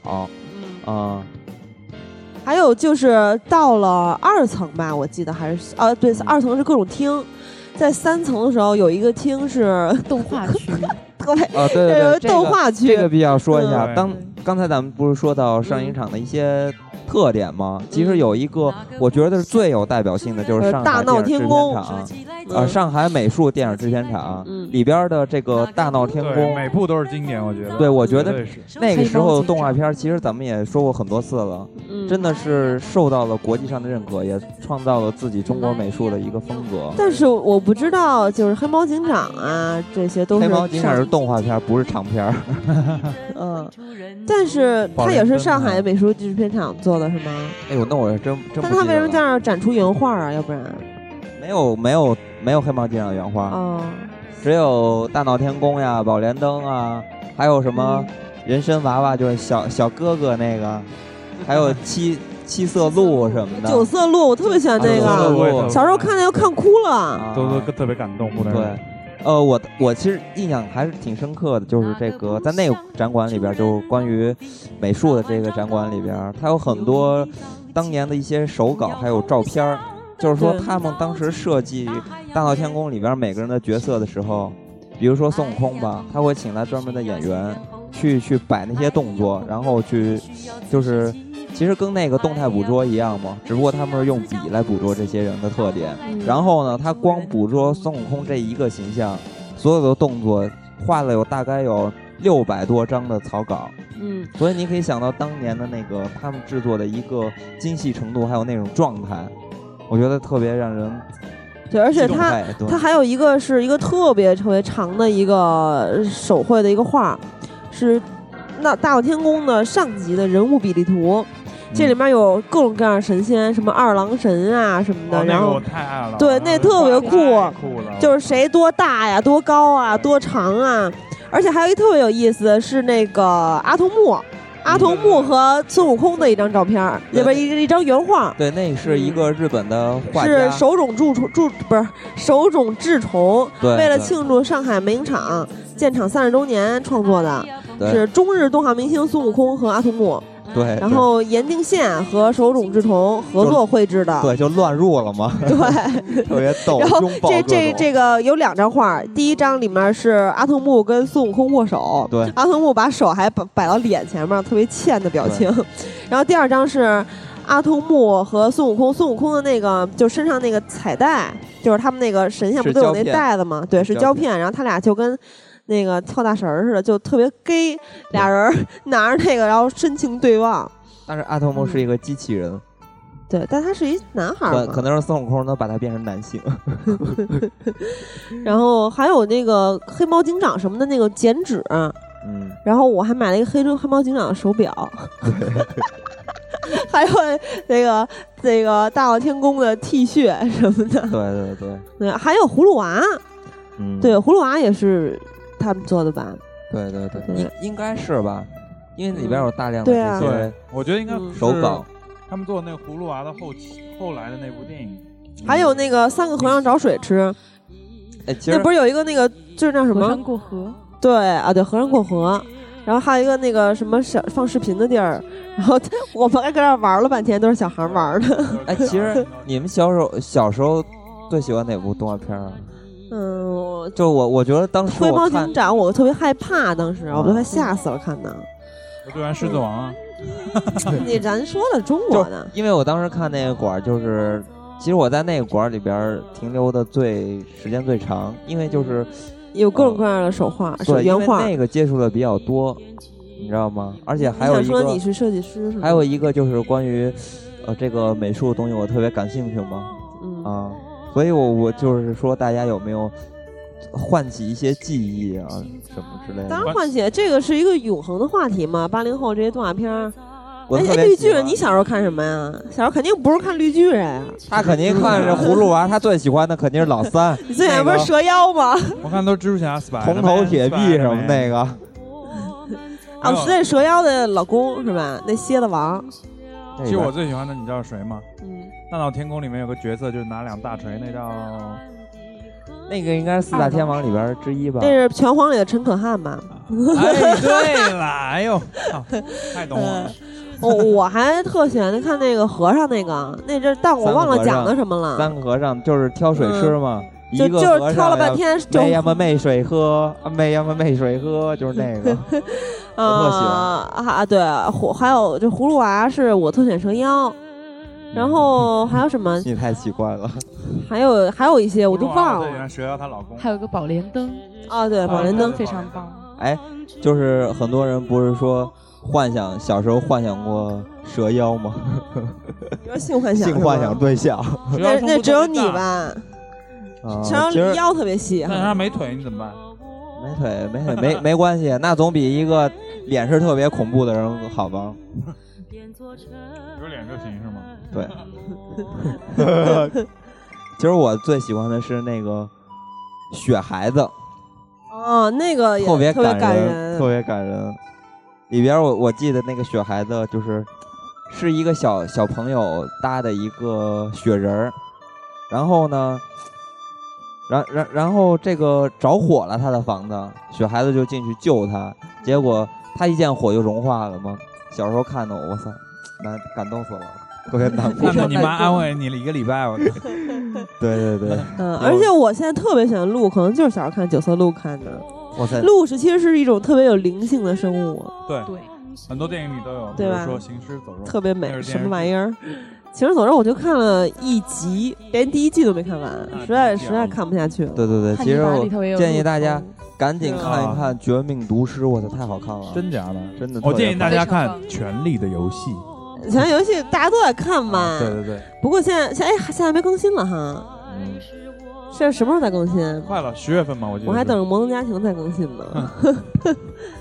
Speaker 2: 啊、
Speaker 3: 还有就是到了二层吧，我记得还是啊，对，二层是各种厅，在三层的时候有一个厅是
Speaker 1: 动画区，
Speaker 3: 特别
Speaker 2: 啊，对
Speaker 3: 有
Speaker 2: 对对，
Speaker 3: 一个动
Speaker 2: 这个
Speaker 3: 画区，
Speaker 2: 这个必须要说一下。
Speaker 4: 嗯
Speaker 2: 当刚才咱们不是说到上影厂的一些特点吗？其实有一个我觉得是最有代表性的，就是上
Speaker 3: 嗯大
Speaker 2: 海
Speaker 3: 闹
Speaker 2: 电影制
Speaker 3: 天
Speaker 2: 片
Speaker 3: 宫
Speaker 2: 厂，
Speaker 3: 嗯
Speaker 2: 呃，上海美术电影制片厂
Speaker 3: 嗯
Speaker 2: 里边的这个大闹天
Speaker 4: 对，
Speaker 2: 宫。
Speaker 4: 每部都是经典，我觉得。
Speaker 2: 对，我觉
Speaker 4: 绝
Speaker 2: 得
Speaker 4: 对是
Speaker 2: 那个时候动画片儿其实 咱们也说过很多次了，
Speaker 3: 嗯
Speaker 2: 真的是受到了国际上的认可，也创造了自己中国美术的一个风格。
Speaker 3: 但是我不知道，就是黑猫警长啊，这些都是
Speaker 2: 黑猫警长
Speaker 3: 上
Speaker 2: 是动画片儿，不是长片儿。
Speaker 3: 嗯，但是它也是上海美术制片厂做的，是吗？
Speaker 2: 哎呦，那我是真真不记得
Speaker 3: 那它为什
Speaker 2: 了
Speaker 3: 么在那儿展出原画啊？要不然
Speaker 2: 没有没有没有黑猫警长原画，
Speaker 3: 哦，
Speaker 2: 只有大闹天宫呀、宝莲灯啊，还有什么
Speaker 3: 嗯
Speaker 2: 人参娃娃，就是小小哥哥那个，还有七七色鹿什 么的。
Speaker 3: 九色鹿我特别喜欢那
Speaker 2: 九色
Speaker 3: 个，
Speaker 2: 鹿
Speaker 4: 我也特别
Speaker 3: 小时候看那个看哭了。
Speaker 2: 啊
Speaker 4: 都都特别感动，不能哦
Speaker 2: 对。呃，我我其实印象还是挺深刻的，就是这个在那个展馆里边儿，就是关于美术的这个展馆里边儿，它有很多当年的一些手稿，还有照片儿，就是说
Speaker 3: 对
Speaker 2: 他们当时设计《大闹天宫》里边儿每个人的角色的时候，比如说孙悟空吧，他会请来专门的演员去去摆那些动作，然后去就是其实跟那个动态捕捉一样嘛，只不过他们是用笔来捕捉这些人的特点。然后呢，他光捕捉孙悟空这一个形象，所有的动作画了有大概有六百多张的草稿，
Speaker 3: 嗯，
Speaker 2: 所以你可以想到当年的那个他们制作的一个精细程度，还有那种状态，我觉得特别让人
Speaker 3: 对，而且
Speaker 2: 激动
Speaker 3: 它
Speaker 2: 哎对
Speaker 3: 它还有一个是一个特别特别长的一个手绘的一个画，是那大闹天宫的上集的人物比例图。这里面有各种各样的神仙，什么二郎神啊什么的，
Speaker 4: 哦那
Speaker 3: 然
Speaker 4: 个
Speaker 3: 后
Speaker 4: 我太爱了，
Speaker 3: 对
Speaker 4: 啊
Speaker 3: 那特别酷
Speaker 4: 太酷了，
Speaker 3: 就是谁多大呀、多高啊、多长啊，而且还有一特别有意思的是那个阿童木，阿童木和孙悟空的一张照片儿，里边一一张原画。
Speaker 2: 对，那是一个日本的画家
Speaker 3: 是，手冢治虫助不是手冢治虫，
Speaker 2: 对
Speaker 3: 为了
Speaker 2: 对
Speaker 3: 庆祝上海美影厂建厂三十周年创作的，
Speaker 2: 对
Speaker 3: 是中日动画明星孙悟空和阿童木，
Speaker 2: 对，
Speaker 3: 然后岩定宪和手冢治虫合作绘制的。
Speaker 2: 对就乱入了 嘛，
Speaker 3: 对，
Speaker 2: 特别逗，
Speaker 3: 然后
Speaker 2: 拥抱
Speaker 3: 这
Speaker 2: 各
Speaker 3: 这
Speaker 2: 种
Speaker 3: 这个有两张画，第一张里面是阿童木跟孙悟空握手，
Speaker 2: 对
Speaker 3: 阿童木把手还摆摆到脸前面，特别欠的表情。 然后第二张是阿童木和孙悟空，孙悟空的那个就身上那个彩带，就是他们那个神仙不
Speaker 2: 是
Speaker 3: 都有
Speaker 2: 胶
Speaker 3: 那
Speaker 2: 片
Speaker 3: 带子吗？对，是胶
Speaker 2: 胶
Speaker 3: 片。然后他俩就跟。那个跳大神儿似的，就特别 gay，俩人儿 拿着那个，然后深情对望。
Speaker 2: 但是阿童木是一个机器人，
Speaker 3: 对，但他是一男孩儿
Speaker 2: 可
Speaker 3: 嘛
Speaker 2: 可能是孙悟空能把它变成男性，
Speaker 3: 然后还有那个黑猫警长什么的那个剪纸，
Speaker 2: 嗯，
Speaker 3: 然后我还买了一个黑中黑猫警长的手 表，还有那个那个大闹天宫的 T 恤什么的，
Speaker 2: 对对对，
Speaker 3: 对，还有葫芦娃，
Speaker 2: 嗯，
Speaker 3: 对，葫芦娃也是他们做的吧？
Speaker 2: 对对对，
Speaker 3: 对
Speaker 2: 应应该是吧，因为里边有大量的
Speaker 3: 对啊
Speaker 2: 这
Speaker 4: 对
Speaker 2: 些，
Speaker 4: 我觉得应该
Speaker 3: 嗯
Speaker 4: 是
Speaker 2: 手稿，
Speaker 4: 他们做的那个葫芦娃的后期后来的那部电影，
Speaker 2: 嗯
Speaker 3: 还有那个三个和尚找水吃，
Speaker 2: 哎，其
Speaker 3: 那
Speaker 2: 实
Speaker 3: 不是有一个那个就是那什
Speaker 1: 河上
Speaker 3: 么？
Speaker 1: 过 河，
Speaker 3: 对啊，对，和尚过河。然后还有一个那个什么小放视频的地儿，然后我们还搁那儿玩了半天，都是小孩儿玩
Speaker 4: 嗯
Speaker 3: 的。
Speaker 2: 哎，其实你们小时候小时候最喜欢哪部动画片啊？
Speaker 3: 嗯，我
Speaker 2: 就我我觉得当时
Speaker 3: 灰猫
Speaker 2: 我看
Speaker 3: 警长，我特别害怕，当时我都
Speaker 2: 啊
Speaker 3: 快吓死了，看的。
Speaker 4: 我最喜欢狮子王啊，
Speaker 3: 你咱说的中国的，
Speaker 2: 因为我当时看那个馆儿，就是其实我在那个馆儿里边儿停留的最时间最长，因为就是哦
Speaker 3: 有各种各样的手画、手
Speaker 2: 对，因
Speaker 3: 原
Speaker 2: 为
Speaker 3: 画。
Speaker 2: 那个接触的比较多，你知道吗？而且还有
Speaker 3: 想
Speaker 2: 一
Speaker 3: 说你
Speaker 2: 个
Speaker 3: 是设计师是吗？
Speaker 2: 还有一个就是关于呃这个美术的东西，我特别感兴趣嘛
Speaker 3: 嗯，
Speaker 2: 啊，所以我我就是说大家有没有唤起一些记忆啊什么之类
Speaker 3: 当
Speaker 2: 的？
Speaker 3: 然幻姐，这个是一个永恒的话题嘛。八零后这些动画片儿，
Speaker 2: 我
Speaker 3: 哎
Speaker 2: 特
Speaker 3: 哎，
Speaker 2: 别
Speaker 3: 绿
Speaker 2: 喜
Speaker 3: 巨人，
Speaker 2: 欢
Speaker 3: 你小时候看什么呀？小时候肯定不是看绿巨人呀，，
Speaker 2: 他肯定看是葫芦娃，他最喜欢的肯定是老 三
Speaker 3: 你最喜欢不
Speaker 2: 那
Speaker 3: 是
Speaker 2: 个
Speaker 3: 蛇妖吗？
Speaker 4: 我看都是蜘蛛侠、Spider-Man、
Speaker 2: 铜头铁臂什么
Speaker 4: Spider-Man
Speaker 2: 那个。
Speaker 3: 啊，
Speaker 4: 没有
Speaker 3: 那蛇妖的老公是吧？那蝎子王，
Speaker 2: 这
Speaker 4: 其实
Speaker 2: 个
Speaker 4: 我最喜欢的你知道是谁吗？
Speaker 3: 嗯，
Speaker 4: 《大闹天宫》里面有个角色就是拿两大锤，那 叫
Speaker 2: 那个应该是四大天王里边之一吧
Speaker 3: 那？是拳皇里的陈可 汗吧？
Speaker 4: 哎，对了，哎呦，操太懂 我了。
Speaker 3: 我、哦我还特喜欢看那个和尚那个，那阵儿但我忘了讲的什么了，
Speaker 2: 三个和尚就是挑水吃嘛，
Speaker 3: 就
Speaker 2: 一个
Speaker 3: 嗯就
Speaker 2: 和尚
Speaker 3: 是挑了半
Speaker 2: 要
Speaker 3: 天就
Speaker 2: 没呀么没水喝，没呀么没水喝，就是那 个。我特喜
Speaker 3: 啊啊，对，葫还有就葫芦娃是我特选蛇妖，然后还有什么？
Speaker 2: 你太奇怪了，
Speaker 3: 还有还有一些我都忘
Speaker 4: 最喜
Speaker 3: 了
Speaker 4: 欢蛇妖她老公，
Speaker 1: 还有个宝莲 灯，
Speaker 3: 啊，对，宝莲灯
Speaker 4: 啊
Speaker 1: 非常棒。
Speaker 2: 哎，就是很多人不是说幻想小时候幻想过蛇妖吗？
Speaker 3: 你说性幻想是
Speaker 2: 性
Speaker 3: 吗，
Speaker 2: 幻想对象
Speaker 4: 蛇
Speaker 3: 那
Speaker 4: 妖胸
Speaker 3: 那
Speaker 4: 部
Speaker 3: 只
Speaker 4: 特
Speaker 3: 有
Speaker 4: 别
Speaker 3: 你
Speaker 4: 大。
Speaker 3: 吧，
Speaker 2: 啊，
Speaker 3: 陈阳
Speaker 2: 其实
Speaker 3: 腰特别细
Speaker 4: 但，是她没腿，你怎么办？
Speaker 2: 没腿没腿没没关系，那总比一个呃脸是特别恐怖的人好吧？
Speaker 4: 有脸就行是吗？
Speaker 2: 对，其实我最喜欢的是那个雪孩子，
Speaker 3: 哦，那个也
Speaker 2: 特别
Speaker 3: 特别
Speaker 2: 感
Speaker 3: 人
Speaker 2: 特，别感人。里边我我记得那个雪孩子就是是一个小小朋友搭的一个雪人儿，然后呢，然然然后这个着火了他的房子，雪孩子就进去救他，结果他一见火就融化了嘛。小时候看的我，我操，难感动死了，特别难过
Speaker 4: 看。着你妈安慰你了一个礼拜，我靠
Speaker 2: 对对对，
Speaker 3: 嗯，而且我现在特别喜欢鹿，可能就是小时候看九色鹿看的，
Speaker 2: 哇塞，
Speaker 3: 鹿是其实是一种特别有灵性的生物，
Speaker 4: 对，
Speaker 1: 对，
Speaker 4: 很多电影里都有，比
Speaker 3: 对
Speaker 4: 如
Speaker 3: 吧
Speaker 4: 说《行尸走肉》，
Speaker 3: 特别
Speaker 4: 那
Speaker 3: 美，
Speaker 4: 是
Speaker 3: 什
Speaker 4: 电视
Speaker 3: 么
Speaker 4: 剧
Speaker 3: 玩意儿？其实，总之我就看了一集，连第一季都没看完，
Speaker 4: 那
Speaker 3: 实在
Speaker 4: 第一季
Speaker 3: 实在
Speaker 4: 啊
Speaker 3: 看不下去了。
Speaker 2: 对对对，呃其实
Speaker 1: 汉尼拔
Speaker 2: 我
Speaker 1: 里头也有
Speaker 2: 建议
Speaker 1: 鹿
Speaker 2: 大家
Speaker 1: 头
Speaker 2: 赶紧
Speaker 3: 是
Speaker 2: 看一看《绝命毒师》，我操，太好看了，
Speaker 4: 真假的？
Speaker 2: 真的特别好。
Speaker 4: 我建议大家看
Speaker 1: 非常棒
Speaker 4: 《权力的游戏》
Speaker 3: 前游戏大家都在看嘛，
Speaker 4: 啊，对对对，
Speaker 3: 不过现在现在哎现在没更新了
Speaker 2: 哦
Speaker 3: 哈，
Speaker 4: 嗯，
Speaker 3: 这什么时候再更新？
Speaker 4: 快了，十月份嘛，我记得。
Speaker 3: 我还等着《摩登家庭》再更新 呢。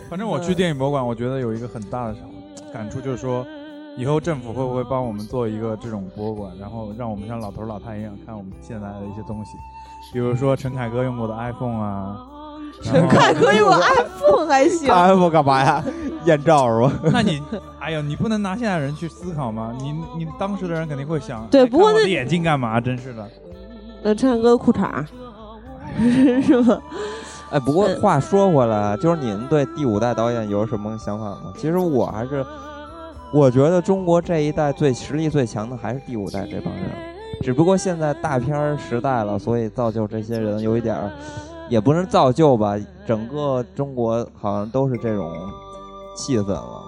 Speaker 4: 反正我去电影博馆，我觉得有一个很大的感触，就是说，以后政府会不会帮我们做一个这种博物馆，然后让我们像老头老太一样看我们现在的一些东西，比如说陈凯歌用过的 iPhone 啊。
Speaker 3: 陈凯歌 用 iPhone 还 行，
Speaker 2: 看 iPhone 干嘛呀？艳照是吧？
Speaker 4: 那你，哎呦，你不能拿现在人去思考吗？你你当时的人肯定会想，
Speaker 3: 对
Speaker 4: 哎
Speaker 3: 不过
Speaker 4: 看我
Speaker 3: 那
Speaker 4: 的眼睛干嘛？真是的，
Speaker 3: 那陈凯歌的裤衩儿 是吗？
Speaker 2: 哎，不过
Speaker 3: 嗯
Speaker 2: 话说回来啊，就是你们对第五代导演有什么想法吗？其实我还是，我觉得中国这一代最实力最强的还是第五代这帮人，只不过现在大片儿时代了，所以造就这些人有一点儿，也不能造就吧，整个中国好像都是这种气氛了。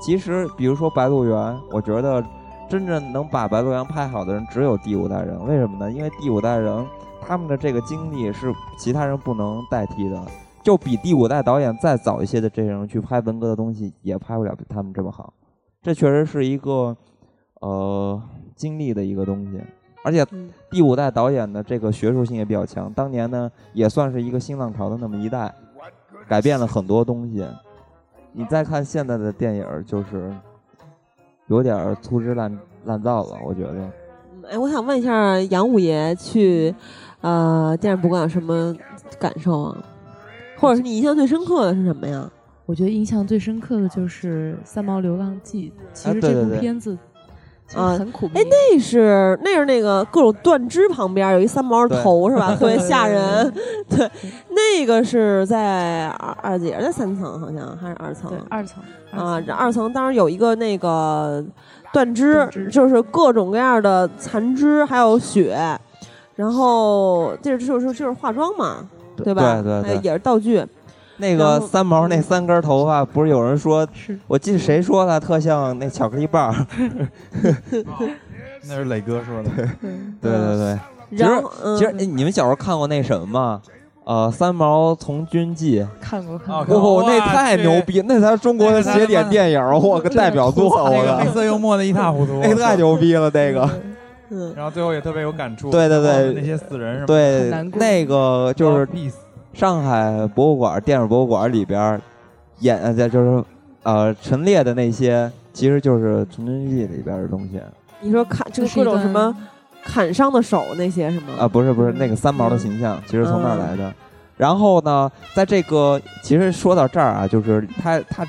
Speaker 2: 其实，比如说《白鹿原》，我觉得真正能把《白鹿原》拍好的人只有第五代人，为什么呢？因为第五代人他们的这个经历是其他人不能代替的，就比第五代导演再早一些的这些人去拍文革的东西，也拍不了比他们这么好。这确实是一个呃经历的一个东西，而且
Speaker 3: 嗯
Speaker 2: 第五代导演的这个学术性也比较强，当年呢也算是一个新浪潮的那么一代，改变了很多东西。你再看现在的电影儿，就是有点儿粗制滥滥造了，我觉得。
Speaker 3: 哎，我想问一下杨五爷去呃电影博物馆有什么感受啊？或者是你印象最深刻的是什么呀？
Speaker 1: 我觉得印象最深刻的就是《三毛流浪记》，其
Speaker 2: 啊
Speaker 1: 实
Speaker 2: 对
Speaker 1: 这
Speaker 2: 对
Speaker 1: 部
Speaker 2: 对
Speaker 1: 片子其实
Speaker 3: 啊
Speaker 1: 很苦
Speaker 3: 哎
Speaker 1: 命。
Speaker 3: 那是那是那个各种断肢旁边有一三毛的头是 吧？特别吓人。对，那个是在二二姐是在三层好像还是二层
Speaker 1: 对，二层
Speaker 3: 啊？这
Speaker 1: 层
Speaker 3: 二层当时有一个那个断肢，
Speaker 1: 断肢
Speaker 3: 就是各种各样的残肢还有血，然后这是就是就是化妆嘛，
Speaker 1: 对
Speaker 3: 对吧？
Speaker 2: 对对对
Speaker 3: 还有也是道具。
Speaker 2: 那
Speaker 3: 然
Speaker 2: 个
Speaker 3: 后
Speaker 2: 三毛那三根头发，不是有人说，
Speaker 1: 是
Speaker 2: 我记得谁说的，特像那巧克力棒儿。
Speaker 4: 那是磊哥说的。
Speaker 2: 对对对，
Speaker 3: 然后，嗯
Speaker 2: 其实哎你们小时候看过那什么吗？呃，三毛从军记，
Speaker 1: 看过看
Speaker 4: 啊
Speaker 1: 过，
Speaker 4: 看过
Speaker 2: 哦，那
Speaker 4: 哇
Speaker 2: 太
Speaker 4: 这
Speaker 2: 牛逼，那才是中国的
Speaker 4: 那是他
Speaker 2: 写
Speaker 4: 妈
Speaker 2: 点
Speaker 4: 的
Speaker 2: 电影儿，我个
Speaker 1: 真的
Speaker 2: 代表
Speaker 1: 吐
Speaker 2: 作，
Speaker 1: 槽
Speaker 2: 哦我的
Speaker 4: 那个黑，色幽默的一塌 糊涂，
Speaker 2: 哎那太牛逼了，那
Speaker 1: 对
Speaker 2: 个。
Speaker 3: 嗯，
Speaker 4: 然后最后也特别有感触。
Speaker 2: 对对对
Speaker 4: 然后那些死人什 么，
Speaker 2: 对
Speaker 1: 很难，过
Speaker 2: 那个就是
Speaker 4: peace，
Speaker 2: 上海博物馆电影博物馆里边儿演呃，在就是呃陈列的那些，其实就是《从军记》里边儿的东西
Speaker 3: 你说砍就
Speaker 1: 这
Speaker 3: 是
Speaker 1: 是
Speaker 3: 各
Speaker 1: 一
Speaker 3: 种什
Speaker 1: 段
Speaker 3: 么砍伤的手那些是吗？
Speaker 2: 啊，不是不是
Speaker 1: 嗯
Speaker 2: 那个三毛的形象，其实从那儿来的。然后呢，在这个其实说到这儿啊，就是他他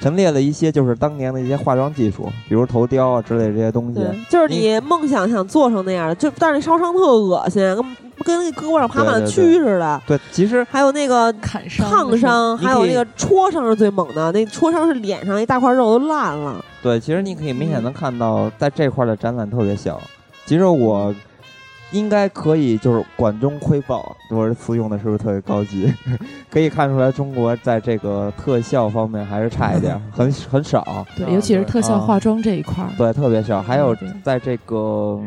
Speaker 2: 陈列了一些就是当年的一些化妆技术，比如头雕啊之类这些东西。
Speaker 3: 对，就是你梦想想做成那样的，就但是那烧伤特恶心，跟跟那胳膊上爬满
Speaker 2: 对对
Speaker 3: 蛆似的。
Speaker 2: 对，其实
Speaker 3: 还有那个
Speaker 1: 砍伤的
Speaker 3: 烫
Speaker 1: 时候，
Speaker 2: 你
Speaker 3: 伤，
Speaker 2: 可以
Speaker 3: 还有那个戳伤是最猛的，那戳伤是脸上一大块肉都烂了。
Speaker 2: 对，其实你可以明显能看到，在这块儿的展览特别小。其实我应该可以，就是管中窥豹，我这词用的是不是特别高级？ 可以看出来，中国在这个特效方面还是差一点儿，很很少，
Speaker 1: 对
Speaker 4: 啊，
Speaker 1: 尤其是特效
Speaker 2: 啊
Speaker 1: 化妆这一块儿，
Speaker 2: 对，特别少。还有
Speaker 1: 对
Speaker 2: 在这个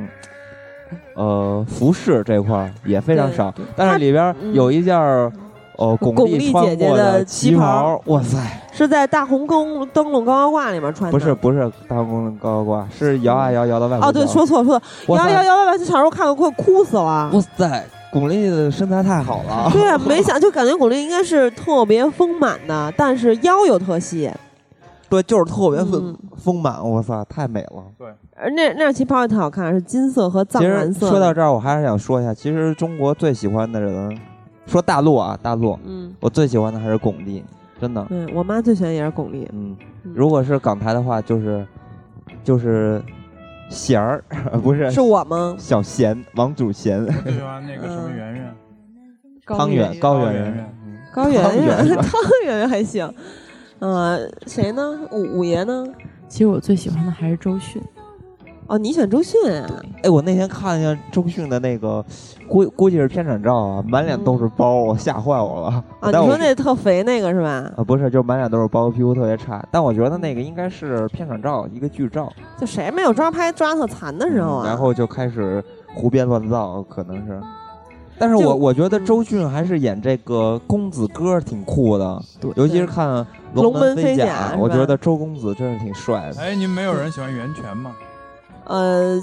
Speaker 2: 呃服饰这块儿也非常少，但
Speaker 3: 它
Speaker 2: 是里边儿
Speaker 3: 嗯
Speaker 2: 有一件儿。呃，巩
Speaker 3: 巩俐
Speaker 2: 俐穿
Speaker 3: 姐姐
Speaker 2: 过
Speaker 3: 的旗
Speaker 2: 旗
Speaker 3: 袍啊
Speaker 2: 袍，哇塞！
Speaker 3: 是在大红灯灯笼高高挂里面穿的。
Speaker 2: 不是不是，大公的高高挂是摇啊摇摇到外面。
Speaker 3: 哦，对，说错了说错
Speaker 2: 哇
Speaker 3: 了，
Speaker 2: 塞
Speaker 3: 摇摇摇摇摇，小时候看过，快哭死了。
Speaker 2: 哇塞，巩俐的身材太好 了。
Speaker 3: 对啊，没想就感觉巩俐应该是特别丰满的，但是腰又特细。
Speaker 2: 对，就是特别丰、
Speaker 3: 嗯
Speaker 2: 丰满，我操，太美了。
Speaker 3: 而那那旗袍也特好看，是金色和藏
Speaker 2: 其
Speaker 3: 蓝
Speaker 2: 实
Speaker 3: 色的。
Speaker 2: 说到这儿，我还是想说一下，其实中国最喜欢的人，说大陆啊，大陆，
Speaker 3: 嗯，
Speaker 2: 我最喜欢的还是巩俐，真的。
Speaker 3: 对我妈最喜欢也是巩俐。
Speaker 2: 嗯，
Speaker 3: 嗯
Speaker 2: 如果是港台的话，就是就是贤儿， 不是
Speaker 3: 是我吗？
Speaker 2: 小贤，王祖贤，
Speaker 4: 我最喜欢那个什么 圆圆，
Speaker 2: 汤圆，高圆
Speaker 4: 圆
Speaker 2: 圆。
Speaker 4: 圆，嗯
Speaker 3: 高圆
Speaker 2: 汤圆
Speaker 3: 圆，
Speaker 2: 圆
Speaker 3: 汤圆圆还行。呃，谁呢？五五爷呢？
Speaker 1: 其实我最喜欢的还是周迅，
Speaker 3: 哦，你选周迅啊？
Speaker 2: 哎，我那天看见周迅的那个，估估计是片场照啊，满脸都是包，我吓坏我了。
Speaker 3: 啊，
Speaker 2: 但
Speaker 3: 你
Speaker 2: 我
Speaker 3: 说那特肥那个是吧？
Speaker 2: 啊，不是，就满脸都是包，皮肤特别差。但我觉得那个应该是片场照，一个剧照嗯
Speaker 3: 就谁没有抓拍抓特残的时候啊？
Speaker 2: 然后就开始胡编乱造，可能是。但是
Speaker 3: 就
Speaker 2: 我我觉得
Speaker 3: 嗯
Speaker 2: 周迅还是演这个公子哥挺酷的，
Speaker 1: 对
Speaker 2: 尤其是看《
Speaker 3: 龙门
Speaker 2: 门
Speaker 3: 飞
Speaker 2: 甲》
Speaker 3: 甲是
Speaker 2: 我觉
Speaker 3: 吧
Speaker 2: 得周公子真是挺帅的，
Speaker 4: 哎，你们没有人喜欢袁泉吗？
Speaker 3: 呃，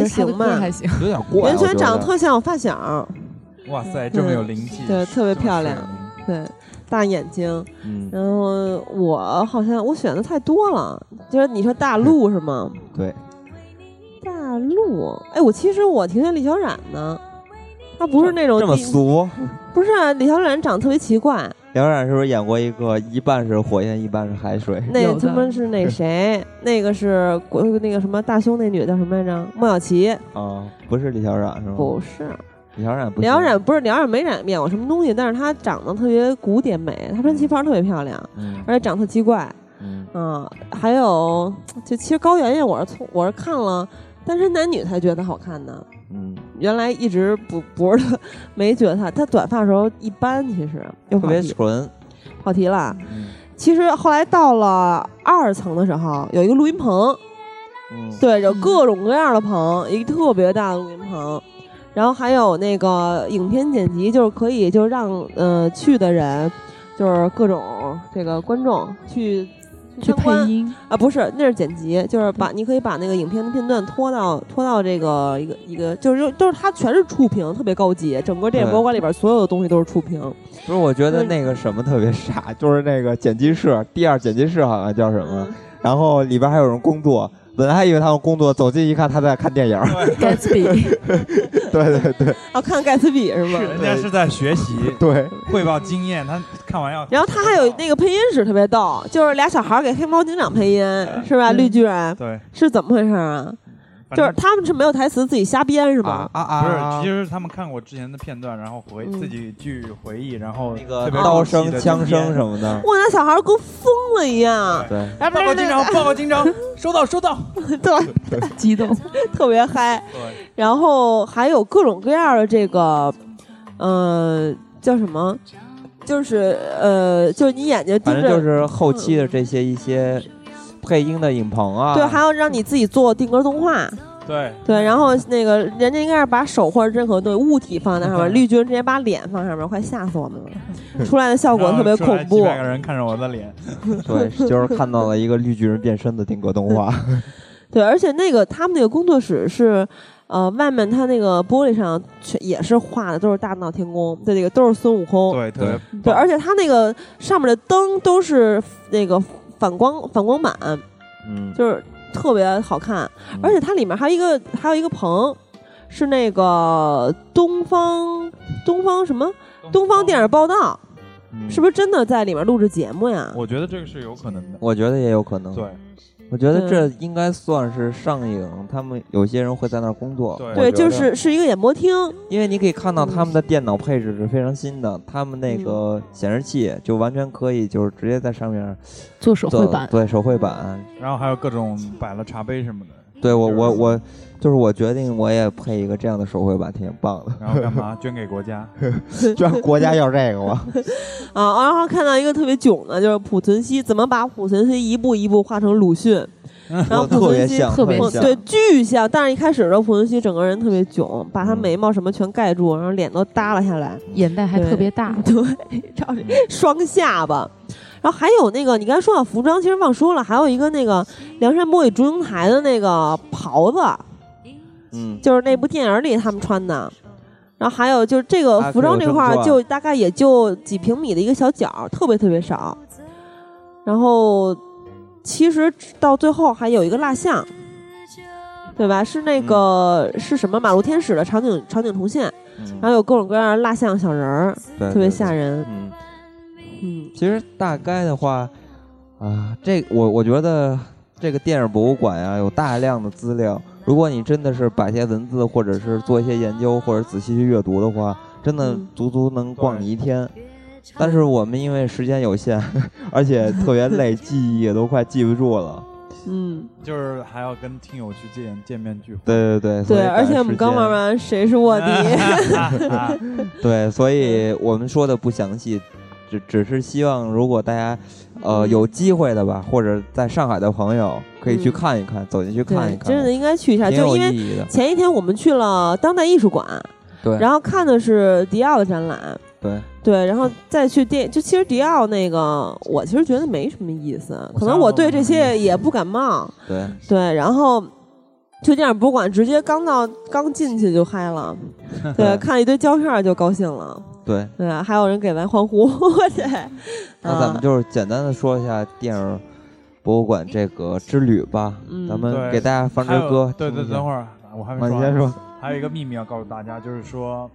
Speaker 1: 其实他的
Speaker 3: 行吧
Speaker 1: 歌。还行，
Speaker 2: 有点怪。我
Speaker 3: 袁
Speaker 2: 觉
Speaker 3: 泉长
Speaker 2: 得
Speaker 3: 得特像我发小，
Speaker 4: 哇塞，这么有灵气，
Speaker 3: 嗯对，特别
Speaker 4: 这么
Speaker 3: 漂
Speaker 4: 是
Speaker 3: 亮，对，大眼睛。
Speaker 2: 嗯，
Speaker 3: 然后我好像我选的太多了，就是你说大
Speaker 2: 嗯
Speaker 3: 陆是吗？
Speaker 2: 对，
Speaker 3: 大陆，哎，我其实我挺喜欢李小冉的，她不是那种
Speaker 2: 这么
Speaker 3: 地，
Speaker 2: 俗。
Speaker 3: 不是啊李小冉长得特别奇怪，
Speaker 2: 梁冉是不是演过一个一半是火焰，一半是海水？
Speaker 3: 那
Speaker 1: 有的
Speaker 3: 他妈是那谁，那个是国那个什么大胸那女的叫什么来着？莫小琪
Speaker 2: 啊，不是李小冉是吗？
Speaker 3: 不，是，
Speaker 2: 李小冉不。
Speaker 3: 梁冉，不是梁冉没染演过什么东西，但是她长得特别古典美，她穿旗袍特别漂亮，
Speaker 2: 嗯
Speaker 3: 而且长得特奇怪。
Speaker 2: 嗯，
Speaker 3: 啊，还有就其实高圆圆我是从我是看了《单身男女》才觉得好看的，
Speaker 2: 嗯，
Speaker 3: 原来一直不不是 没觉得她，她短发的时候一般，其实又
Speaker 2: 特
Speaker 3: 跑
Speaker 2: 别
Speaker 3: 题
Speaker 2: 纯。
Speaker 3: 跑题了。
Speaker 2: 嗯
Speaker 3: 其实后来到了二层的时候，有一个录音棚，
Speaker 2: 嗯，
Speaker 3: 对，有
Speaker 1: 嗯
Speaker 3: 各种各样的棚，一个特别大的录音棚。然后还有那个影片剪辑，就是可以就是让呃去的人，就是各种这个观众去
Speaker 1: 去
Speaker 3: 参
Speaker 1: 配
Speaker 3: 观
Speaker 1: 音， 嗯
Speaker 3: 啊，不是，那是剪辑，就是把你可以把那个影片的片段拖到拖到这个一个一个，就是就是它全是触屏，特别高级，整个电影
Speaker 2: 对
Speaker 3: 博物馆里边所有的东西都是触屏。
Speaker 2: 不是，我觉
Speaker 3: 嗯
Speaker 2: 得那个什么特别傻， 就是那个剪辑室，第二剪辑室好像叫什
Speaker 1: 嗯
Speaker 3: 嗯
Speaker 2: 么，然后里边还有人工作。本来还以为他们工作，走近一看，他在看电影。
Speaker 3: 嗯
Speaker 1: 盖茨比，
Speaker 2: 对对对
Speaker 3: 啊，看盖茨比是吗？
Speaker 4: 人家是在学习，
Speaker 2: 对，
Speaker 4: 汇报经验，他看完要。
Speaker 3: 然后他还有那个配音室特别逗，就是俩小孩给黑猫警长配音，是吧？
Speaker 1: 嗯
Speaker 3: 绿巨人
Speaker 4: 对，
Speaker 3: 是怎么回事啊？
Speaker 4: 反
Speaker 3: 就
Speaker 4: 正
Speaker 3: 是他们是没有台词，自己瞎编是
Speaker 2: 啊
Speaker 3: 吧？
Speaker 2: 啊
Speaker 4: 不是，
Speaker 2: 啊！
Speaker 4: 其实他们看过之前的片段，然后回
Speaker 3: 嗯
Speaker 4: 自己去回忆，然后
Speaker 2: 那个
Speaker 4: 特别
Speaker 2: 啊刀
Speaker 4: 熟悉
Speaker 2: 声、
Speaker 4: 的
Speaker 2: 枪
Speaker 4: 经验
Speaker 2: 声什么的，
Speaker 3: 哇，那小孩跟疯了一样，
Speaker 2: 对，
Speaker 3: 然后
Speaker 4: 报告警长，报告警 长，收到，收到。
Speaker 3: 对，
Speaker 1: 激动，
Speaker 3: 特别嗨。
Speaker 4: 对，
Speaker 3: 然后还有各种各样的这个，呃，叫什么？就是呃，就是你眼睛盯
Speaker 2: 反
Speaker 3: 着，
Speaker 2: 正就是后期的这些一些配音的影棚啊，嗯
Speaker 3: 对，还要让你自己做定格动画，
Speaker 4: 对，
Speaker 3: 对。然后那个人家应该是把手或者任何东西物体放在
Speaker 2: 嗯
Speaker 3: 上面，绿军直接把脸放上面，快吓死我们了！出来的效果特别恐
Speaker 4: 几
Speaker 3: 怖。
Speaker 4: 百个人看着我的脸，
Speaker 2: 对，就是看到了一个绿巨人变身的定格动 画。
Speaker 3: 对，而且那个他们那个工作室是，呃，外面他那个玻璃上全也是画的都是大闹天宫，对，这个都是孙悟空，
Speaker 4: 对，特别
Speaker 3: 哦对，而且它那个上面的灯都是那个反光反光板，
Speaker 2: 嗯，
Speaker 3: 就是特别好看。而且它里面还有一个还有一个棚，是那个东方东方什么东方电影报道，
Speaker 2: 嗯
Speaker 3: 是不是真的在里面录制节目呀？
Speaker 4: 我觉得这个是有可能的。
Speaker 2: 我觉得也有
Speaker 3: 哦
Speaker 2: 可能。，
Speaker 4: 对，
Speaker 2: 我觉得
Speaker 3: 对
Speaker 2: 这应该算是上影，他们有些人会在那儿工作。
Speaker 4: 对
Speaker 2: 我
Speaker 3: 对，
Speaker 2: 觉
Speaker 3: 就
Speaker 2: 得
Speaker 3: 是是一个演播厅，
Speaker 2: 因为你可以看到他们的
Speaker 3: 嗯
Speaker 2: 电脑配置是非常新的，他们那个显示器就完全可以就是直接在上面
Speaker 1: 做手绘
Speaker 2: 做
Speaker 1: 版，
Speaker 2: 对手绘版。
Speaker 4: 然后还有各种摆了茶杯什么的，
Speaker 2: 对我我
Speaker 4: 就是
Speaker 2: 我就是我决定我也配一个这样的手绘版，挺棒 的。
Speaker 4: 然后干嘛捐给国家？
Speaker 2: 居然国家要这个吗？
Speaker 3: 啊，然后看到一个特别囧的，就是濮存昕怎么把濮存昕一步一步画成鲁 迅， 然后濮
Speaker 2: 特别
Speaker 3: 存昕
Speaker 2: 像，
Speaker 1: 特别
Speaker 3: 嗯
Speaker 2: 像。
Speaker 3: 对，巨像。但是一开始的时候，濮存昕整个人特别囧，把他
Speaker 2: 嗯
Speaker 3: 眉毛什么全盖住，然后脸都耷拉下来，
Speaker 1: 眼袋还
Speaker 3: 对嗯
Speaker 1: 特别大，
Speaker 3: 对，照着双下巴。然后还有那个，你刚才说到服装，其实忘说了，还有一个那个梁山伯与祝英台的那个袍子，
Speaker 2: 嗯，
Speaker 3: 就是那部电影里他们穿的。然后还有就是这个
Speaker 2: 啊
Speaker 3: 服装
Speaker 2: 可以
Speaker 3: 这
Speaker 2: 有
Speaker 3: 块
Speaker 2: 这
Speaker 3: 儿，
Speaker 2: 么
Speaker 3: 就大概也就几平米的一个小角，特别特别少。然后其实到最后还有一个蜡像，对吧？是那个、是什么马路天使的场景场景重现，
Speaker 2: 嗯
Speaker 3: 然后有各种各样的蜡像小人儿，
Speaker 2: 对
Speaker 3: 特别吓。人
Speaker 2: 对。对嗯，
Speaker 3: 嗯，
Speaker 2: 其实大概的话，啊，这我我觉得这个电影博物馆呀、有大量的资料。如果你真的是把一些文字，或者是做一些研究，或者仔细去阅读的话，真的
Speaker 3: 嗯
Speaker 2: 足足能逛你一天。但是我们因为时间有限， 而且特别累，记忆也都快记不住了。
Speaker 3: 嗯，
Speaker 4: 就是还要跟听友去见见面聚会。
Speaker 2: 对对对，所以
Speaker 3: 对，
Speaker 2: 赶
Speaker 3: 而且我们
Speaker 2: 时
Speaker 3: 刚
Speaker 2: 间
Speaker 3: 玩完《谁 是卧底》
Speaker 2: 对，所以我们说的不详细，只只是希望如果大家呃
Speaker 3: 嗯
Speaker 2: 有机会的吧，或者在上海的朋友可以去看一看，走进去看一
Speaker 3: 对，真的
Speaker 2: 看，
Speaker 3: 应该去一下，
Speaker 2: 挺
Speaker 3: 就
Speaker 2: 有
Speaker 3: 因为
Speaker 2: 意义的。
Speaker 3: 前一天我们去了当代艺术馆，
Speaker 2: 对，
Speaker 3: 然后看的是迪奥的展览，
Speaker 2: 对，
Speaker 3: 对，然后再去电，就其实迪奥那个，我其实觉得没什么意思，
Speaker 4: 我
Speaker 3: 可能
Speaker 4: 想
Speaker 3: 我
Speaker 4: 我
Speaker 3: 对这
Speaker 4: 没
Speaker 3: 些也不感冒，
Speaker 2: 对，
Speaker 3: 对，然后。就这样，博物馆直接刚到刚进去就嗨了，对，看了一堆胶片儿就高兴了，
Speaker 2: 对。
Speaker 3: 对，还 有人给咱欢呼，对，
Speaker 2: 那咱们
Speaker 3: 啊
Speaker 2: 就是简单的说一下电影博物馆这个之旅吧。
Speaker 3: 嗯
Speaker 2: 咱们
Speaker 4: 对
Speaker 2: 给大家放
Speaker 4: 还
Speaker 2: 支
Speaker 4: 有
Speaker 2: 歌，
Speaker 4: 对对，等会
Speaker 2: 儿，
Speaker 4: 儿我还没
Speaker 2: 啊那你
Speaker 4: 说
Speaker 2: 先
Speaker 4: 完，
Speaker 2: 说。
Speaker 4: 还有一个秘密要告诉大家，就是说。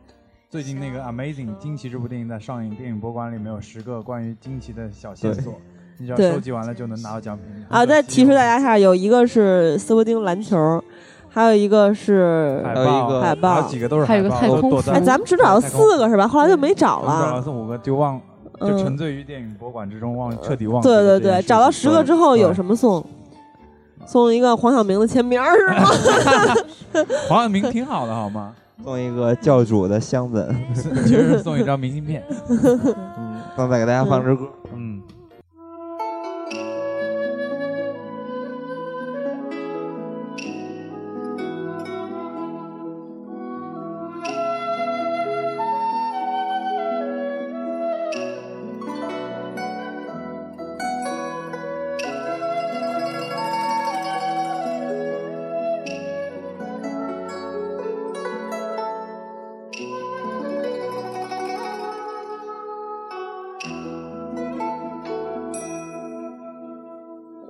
Speaker 4: 最近那个《Amazing 惊奇》这部电影在上映，电影博物馆里面有十个关于惊奇的小线
Speaker 2: 对
Speaker 4: 索，你只要
Speaker 3: 对
Speaker 4: 收集完了就能拿到奖品。
Speaker 3: 啊，
Speaker 4: 很可
Speaker 3: 再
Speaker 4: 惜
Speaker 3: 提示
Speaker 4: 我
Speaker 3: 大
Speaker 4: 们
Speaker 3: 家一下，有一个是斯伯丁篮球，还有一个是
Speaker 4: 海
Speaker 2: 还有
Speaker 4: 报啊
Speaker 2: 一个
Speaker 3: 海报
Speaker 4: 还有几个都是
Speaker 1: 还有一个
Speaker 4: 海报
Speaker 1: 太
Speaker 4: 都
Speaker 1: 空
Speaker 4: 都
Speaker 1: 服
Speaker 4: 在
Speaker 3: 哎，咱们只找到
Speaker 4: 太空
Speaker 3: 四个是吧？后来就没找
Speaker 4: 我们找
Speaker 3: 了
Speaker 4: 到。四五个就忘，就沉
Speaker 3: 嗯，
Speaker 4: 醉于电影博物馆之中，忘彻底忘记
Speaker 3: 对
Speaker 4: 了
Speaker 3: 对
Speaker 4: 这件
Speaker 3: 对，
Speaker 4: 事
Speaker 3: 找到
Speaker 4: 情
Speaker 3: 十个之后有什么送？送一个黄晓明的签名儿是吗？
Speaker 4: 黄晓明挺好的，好吗？
Speaker 2: 送一个教主的香吻，
Speaker 4: 其实送一张明 信片。
Speaker 2: 嗯，那再给大家放支歌。
Speaker 4: 嗯，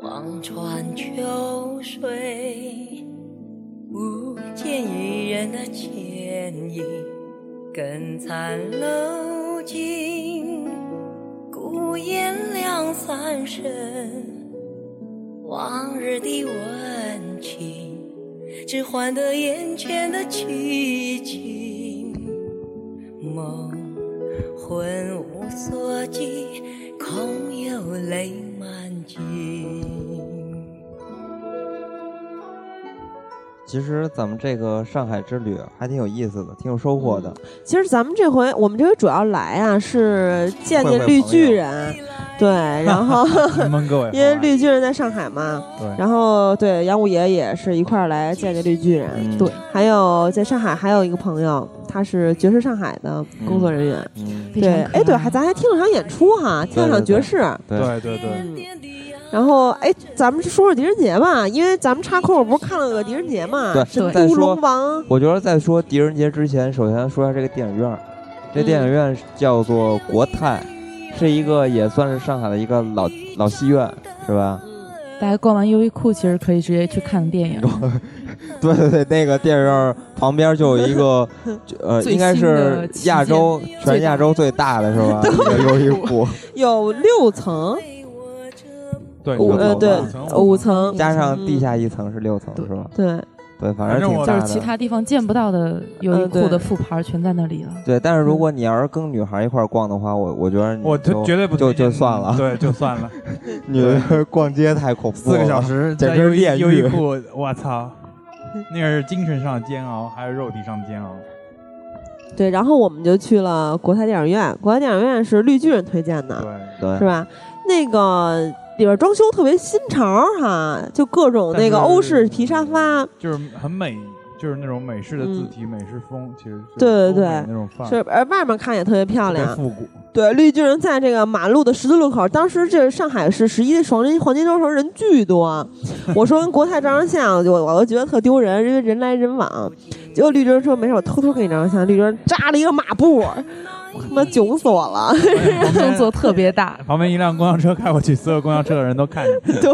Speaker 5: 望穿秋水，不见一人的倩影，更残楼尽，孤烟两三声。往日的温情，只换得眼前的凄情。梦魂无所寄，空有泪满襟。
Speaker 2: 其实咱们这个上海之旅啊还挺有意思的，挺有收获的。
Speaker 3: 其实咱们这回，我们这回主要来啊是见
Speaker 2: 会会
Speaker 3: 见绿
Speaker 2: 朋友
Speaker 3: 巨人，对，然后
Speaker 4: 嗯你们各位，
Speaker 3: 因为绿巨人在上海嘛，
Speaker 4: 对
Speaker 3: 然后对杨五爷也是一块儿来见见绿巨人，
Speaker 2: 嗯
Speaker 1: 对，
Speaker 3: 还有在上海还有一个朋友，他是爵士上海的工作人员，
Speaker 2: 嗯，
Speaker 1: 非常
Speaker 3: 对，
Speaker 1: 可
Speaker 3: 哎，对，
Speaker 1: 爱
Speaker 3: 还咱还听了场演出哈，听了场爵士。
Speaker 2: 对，
Speaker 4: 对对对，
Speaker 3: 然后，哎，咱们说说狄仁杰吧，因为咱们插空，我不是看了个狄仁杰嘛，
Speaker 2: 对
Speaker 3: 什么
Speaker 2: 再
Speaker 3: 乌
Speaker 2: 说
Speaker 3: 龙王，
Speaker 2: 我觉得在说狄仁杰之前，首先说一下这个电影院儿。这电影院叫做国泰，是一个也算是上海的一个老老戏院，是吧？
Speaker 1: 大家逛完优衣库，其实可以直接去看电影。
Speaker 2: 对对对，那个电影院旁边就有一 个，就呃，
Speaker 1: 最
Speaker 2: 应该
Speaker 1: 新
Speaker 2: 是
Speaker 1: 的旗舰
Speaker 2: 亚洲全亚洲最大的是吧？一个优衣 库，
Speaker 3: 有六层，
Speaker 4: 对
Speaker 3: 五
Speaker 2: 五
Speaker 3: 呃
Speaker 2: 层
Speaker 3: 对
Speaker 2: 五
Speaker 4: 层
Speaker 3: 五层，
Speaker 2: 加上地下一层是六层，
Speaker 1: 对
Speaker 2: 是吧？
Speaker 3: 对，
Speaker 2: 对，反正挺
Speaker 1: 就
Speaker 4: 反
Speaker 2: 大
Speaker 1: 是其
Speaker 2: 的。
Speaker 1: 他地方见不到的优衣
Speaker 3: 嗯对
Speaker 1: 库的副牌全在那里 了。
Speaker 2: 对，但是如果你要是跟女孩一块儿逛的话，我我觉得你
Speaker 4: 我
Speaker 2: 就
Speaker 4: 就绝对不
Speaker 2: 就
Speaker 4: 推
Speaker 2: 就
Speaker 4: 荐
Speaker 2: 算了
Speaker 4: 对，就算了，
Speaker 2: 女的逛街太恐怖
Speaker 4: 四
Speaker 2: 了，
Speaker 4: 个小时
Speaker 2: 简
Speaker 4: 在
Speaker 2: 直
Speaker 4: 优衣
Speaker 2: 炼
Speaker 4: 优衣
Speaker 2: 狱
Speaker 4: 库，我操，那个是精神上的煎熬，还有肉体上的煎熬。
Speaker 3: 对，然后我们就去了国泰电影院，国泰电影院是绿巨人推荐的，
Speaker 4: 对，
Speaker 2: 对
Speaker 3: 是吧？那个里边装修特别新潮儿哈，就各种那个
Speaker 4: 但是
Speaker 3: 欧式皮沙发，
Speaker 4: 就是很美，就是那种美式的字体、美式风，其实是
Speaker 3: 嗯对对对
Speaker 4: 欧美那种范儿，
Speaker 3: 是而外面看也特别漂
Speaker 4: 特别
Speaker 3: 亮。
Speaker 4: 复古。
Speaker 3: 对，绿巨人在这个马路的十字路口，当时这上海市十一黄金黄金周时候人 巨多，我说跟国泰照张相，我就我都觉得特丢人，因为人来人往。结果绿巨人说没事，我偷偷给你照张相。绿巨人扎了一个马步，我他妈囧死我了。
Speaker 1: 动作特别大，
Speaker 4: 旁边一辆公交车开过去，所有公交车的人都看你。
Speaker 3: 对，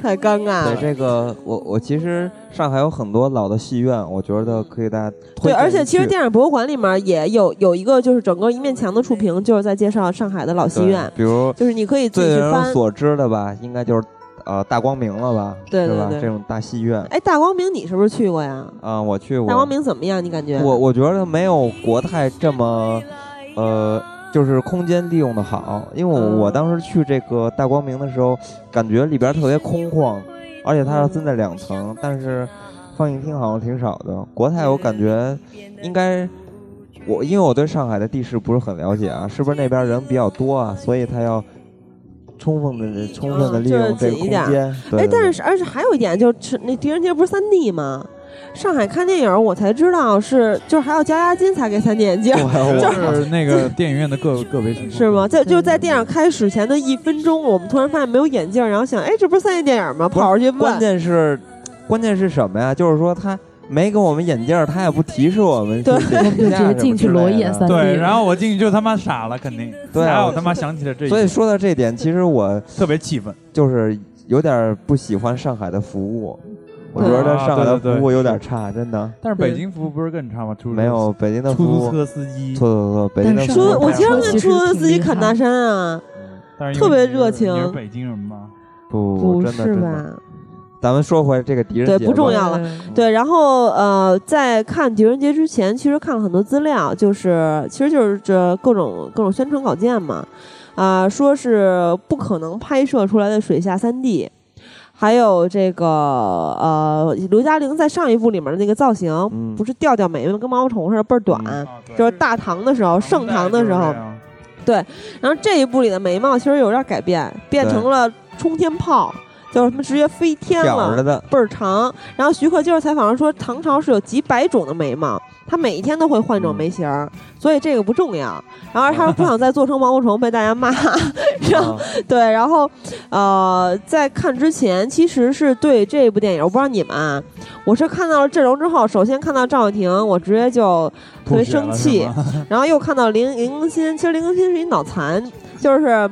Speaker 3: 太尴尬
Speaker 2: 对
Speaker 3: 了。
Speaker 2: 这个，我我其实上海有很多老的戏院，我觉得可以大家推
Speaker 3: 对，
Speaker 2: 荐
Speaker 3: 而且其实
Speaker 2: 去
Speaker 3: 电影博物馆里面也有有一个，就是整个一面墙的触屏，就是在介绍上海的老戏
Speaker 2: 对
Speaker 3: 院，
Speaker 2: 比如
Speaker 3: 就是你可以自
Speaker 2: 最
Speaker 3: 己
Speaker 2: 为
Speaker 3: 去
Speaker 2: 人
Speaker 3: 翻。
Speaker 2: 所知的吧，应该就是呃大光明了吧，
Speaker 3: 对对
Speaker 2: 是吧
Speaker 3: 对？
Speaker 2: 这种大戏院，
Speaker 3: 哎，大光明你是不是去过呀？
Speaker 2: 啊，我去过，
Speaker 3: 大光明怎么样？你感觉？
Speaker 2: 我我觉得没有国泰这么呃。就是空间利用的好，因为我、
Speaker 3: 嗯
Speaker 2: 我当时去这个大光明的时候，感觉里边特别空旷，而且
Speaker 3: 嗯
Speaker 2: 它是分在两层，但是放映厅好像挺少的。国泰我感觉应该，我因为我对上海的地势不是很了解啊，是不是那边人比较多啊，所以他要充分的充分的利用这个空
Speaker 3: 就是紧一
Speaker 2: 间？对
Speaker 3: 哎，
Speaker 2: 对
Speaker 3: 但是而且还有一点就是，那狄仁杰不是三 D 吗？上海看电影，我才知道是就是还要交押金才给三 D 眼镜，
Speaker 2: 我
Speaker 4: 就是那个电影院的个个别情况。
Speaker 3: 是吗？在就在电影开始前的一分钟，我们突然发现没有眼镜，然后想，哎，这不是三 D 电影吗？
Speaker 2: 不是
Speaker 3: 跑出去
Speaker 2: 关
Speaker 3: 问，
Speaker 2: 键是关键是什么呀？就是说他没给我们眼镜儿，他也不提示我们去
Speaker 3: 对
Speaker 2: 检查什么之
Speaker 1: 就
Speaker 2: 类的，啊
Speaker 1: 直接进去裸眼三 D。
Speaker 4: 对，然后我进去就他妈傻了，肯定。
Speaker 2: 对啊
Speaker 4: 然后我他妈想起了这一
Speaker 2: 所以
Speaker 4: 点，
Speaker 2: 说到这点，其实我
Speaker 4: 特别气愤。
Speaker 2: 就是有点不喜欢上海的服务，我觉
Speaker 4: 对
Speaker 2: 得
Speaker 4: 啊
Speaker 2: 上海的
Speaker 4: 对对对
Speaker 2: 服务有点差，真的。
Speaker 4: 但是北京服务不是更差吗？出租
Speaker 2: 没有北京的
Speaker 4: 出
Speaker 2: 服务
Speaker 4: 租，车司机
Speaker 2: 错，错错，北京的
Speaker 1: 但是
Speaker 2: 服
Speaker 3: 出
Speaker 2: 务
Speaker 1: 对
Speaker 3: 我
Speaker 2: 太
Speaker 3: 经常
Speaker 2: 好
Speaker 1: 其实
Speaker 2: 了
Speaker 3: 跟出租车
Speaker 1: 挺
Speaker 3: 司机
Speaker 1: 厉害
Speaker 3: 砍大山啊，
Speaker 4: 但是因为
Speaker 3: 特别
Speaker 4: 你
Speaker 3: 热
Speaker 4: 是
Speaker 3: 情
Speaker 4: 你是北京人吗？
Speaker 2: 不
Speaker 3: 不
Speaker 2: 不真的
Speaker 3: 是
Speaker 2: 真的。
Speaker 3: 吧？
Speaker 2: 咱们说回这个狄仁
Speaker 3: 对
Speaker 2: 杰吧，
Speaker 3: 不 重要了
Speaker 1: 嗯
Speaker 3: 对，然后呃，在看狄仁杰之前，其实看了很多资料，就是其实就是这各种各种宣传稿件嘛，啊、说是不可能拍摄出来的水下三 D，还有这个呃，刘嘉玲在上一部里面的那个造型，
Speaker 2: 嗯
Speaker 3: 不是吊吊眉毛跟毛毛虫似的倍儿短，
Speaker 2: 嗯
Speaker 4: 啊对
Speaker 3: 就是大唐的时候，盛唐的时候，然后这一部里的眉毛其实有点改变，变
Speaker 2: 对
Speaker 3: 成了冲天炮，就是什么直接飞天了
Speaker 2: 挑。着的，
Speaker 3: 倍儿长。然后徐克接受采访时说，唐朝是有几百种的眉毛，他每一天都会换种眉型儿，所以这个不重要。然后他说不想再做成毛毛虫被大家骂，然后
Speaker 2: 啊
Speaker 3: 对，然后呃，在看之前其实是对这部电影，我不知道你们，啊，我是看到了阵容之后，首先看到赵又廷，我直接就特别生气，然后又看到林林更新，其实林更新是一脑残，就是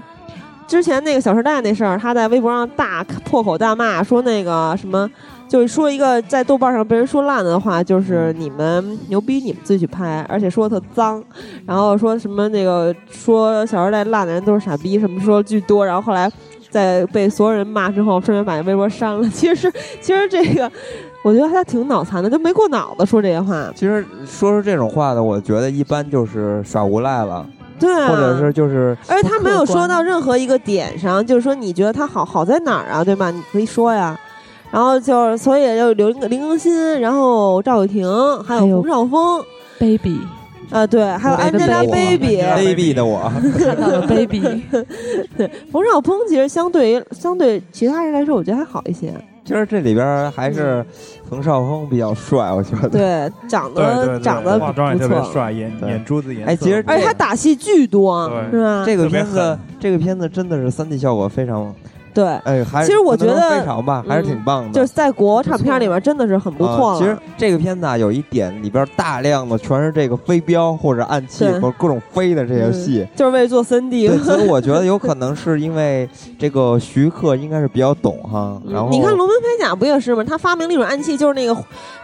Speaker 3: 之前那个《小时代》那事儿，他在微博上大破口大骂，说那个什么，就是说一个在豆瓣上被人说烂的话，就是你们牛逼，你们自己去拍，而且说的特脏，然后说什么那个说《小时代》烂的人都是傻逼，什么说巨多，然后后来。在被所有人骂之后，顺便把微博删了。其实，其实这个，我觉得他挺脑残的，都没过脑子说这些话。
Speaker 2: 其实说出这种话的，我觉得一般就是耍无赖了，
Speaker 3: 对、啊，
Speaker 2: 或者是就是
Speaker 3: 而且他没有
Speaker 1: 不客
Speaker 3: 说
Speaker 1: 观
Speaker 3: 到任何一个点上，就是说你觉得他好好在哪儿啊，对吧？你可以说呀。然后就是，所以就刘林更新，然后赵又廷，还有
Speaker 1: 还有
Speaker 3: 洪少峰，
Speaker 1: ，baby
Speaker 3: 啊，对，还有
Speaker 2: 我的
Speaker 3: Angelababy。
Speaker 4: 我
Speaker 2: baby 的我，
Speaker 3: 啊
Speaker 1: 看到 了 baby，
Speaker 3: 洪少峰其实相对于相对其他人来说，我觉得还好一些。
Speaker 2: 其实这里边还是冯绍峰比较帅，我觉得。
Speaker 3: 对，长
Speaker 4: 对对
Speaker 3: 得
Speaker 4: 对，
Speaker 3: 长得
Speaker 4: 化妆也
Speaker 3: 不
Speaker 4: 特别
Speaker 3: 错，
Speaker 4: 帅，眼
Speaker 2: 对
Speaker 4: 眼珠子颜色。
Speaker 2: 哎其实
Speaker 3: 而且他打戏巨多，
Speaker 4: 对
Speaker 3: 是吧？
Speaker 2: 这个
Speaker 4: 特别
Speaker 2: 片子
Speaker 4: 狠，
Speaker 2: 这个片子真的是三 D 效果非常，
Speaker 3: 对，
Speaker 2: 哎，还是
Speaker 3: 其实我觉得嗯
Speaker 2: 不能说非常吧，还是挺棒的。
Speaker 3: 就是在国产片里面真的是很不错
Speaker 2: 啊
Speaker 3: 了。
Speaker 2: 其实这个片子啊，有一点里边大量的全是这个飞镖或者暗器
Speaker 3: 对嗯
Speaker 2: 和各种飞的这些戏。
Speaker 3: 就是为做三 D
Speaker 2: 对，所以我觉得有可能是因为这个徐克应该是比较懂哈，然后
Speaker 3: 嗯你看龙门飞甲不也是吗？他发明了一种暗器，就是那个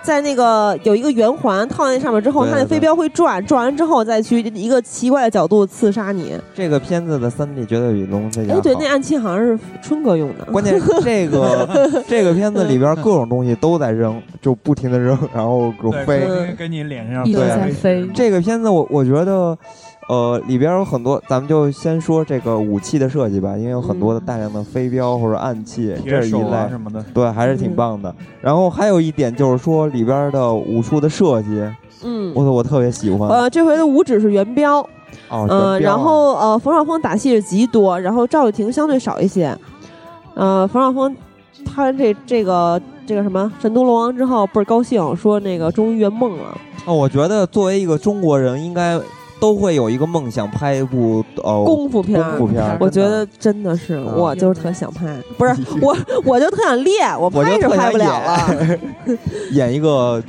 Speaker 3: 在那个有一个圆环套在那上面之后，
Speaker 2: 对
Speaker 3: 他那
Speaker 2: 对
Speaker 3: 飞镖会转，转完之后再去一个奇怪的角度刺杀你。
Speaker 2: 这个片子的三 D 绝对比《龙门飞甲》
Speaker 3: 哎，
Speaker 2: 好。
Speaker 3: 对，那暗器好像是春哥用的。
Speaker 2: 关键是这 个这个片子里边各种东西都在扔，就不停的扔，然后给我
Speaker 4: 对
Speaker 2: 飞。
Speaker 4: 跟跟你脸上
Speaker 1: 一直
Speaker 3: 啊
Speaker 2: 对
Speaker 1: 在飞，
Speaker 2: 这个片子我我觉得，呃，里边有很多，咱们就先说这个武器的设计吧，因为有很
Speaker 3: 嗯
Speaker 2: 多的大量的飞镖或者暗器，
Speaker 4: 铁
Speaker 2: 这是一
Speaker 4: 手啊
Speaker 2: 类，
Speaker 4: 什么的，
Speaker 2: 对，还是
Speaker 3: 嗯
Speaker 2: 挺棒的。然后还有一点就是说里边的武术的设计，
Speaker 3: 嗯，
Speaker 2: 我我特别喜欢。
Speaker 3: 呃，这回的五指是圆镖，
Speaker 2: 哦，
Speaker 3: 嗯、
Speaker 2: 这标
Speaker 3: 然后呃，冯绍峰打戏是极多，然后赵又廷相对少一些。呃，冯绍峰他这这个这个什么神都龙王之后倍儿高兴，说那个终于圆梦了。
Speaker 2: 哦，我觉得作为一个中国人，应该都会有一个梦想，拍一部呃
Speaker 3: 功夫片儿，
Speaker 2: 功夫片儿。
Speaker 3: 我觉得真的是，
Speaker 2: 啊
Speaker 3: 我就是特想 拍，不是我，我就特想练，我
Speaker 2: 我
Speaker 3: 拍
Speaker 2: 就是特
Speaker 3: 拍
Speaker 2: 想
Speaker 3: 不了 了，
Speaker 2: 演一 个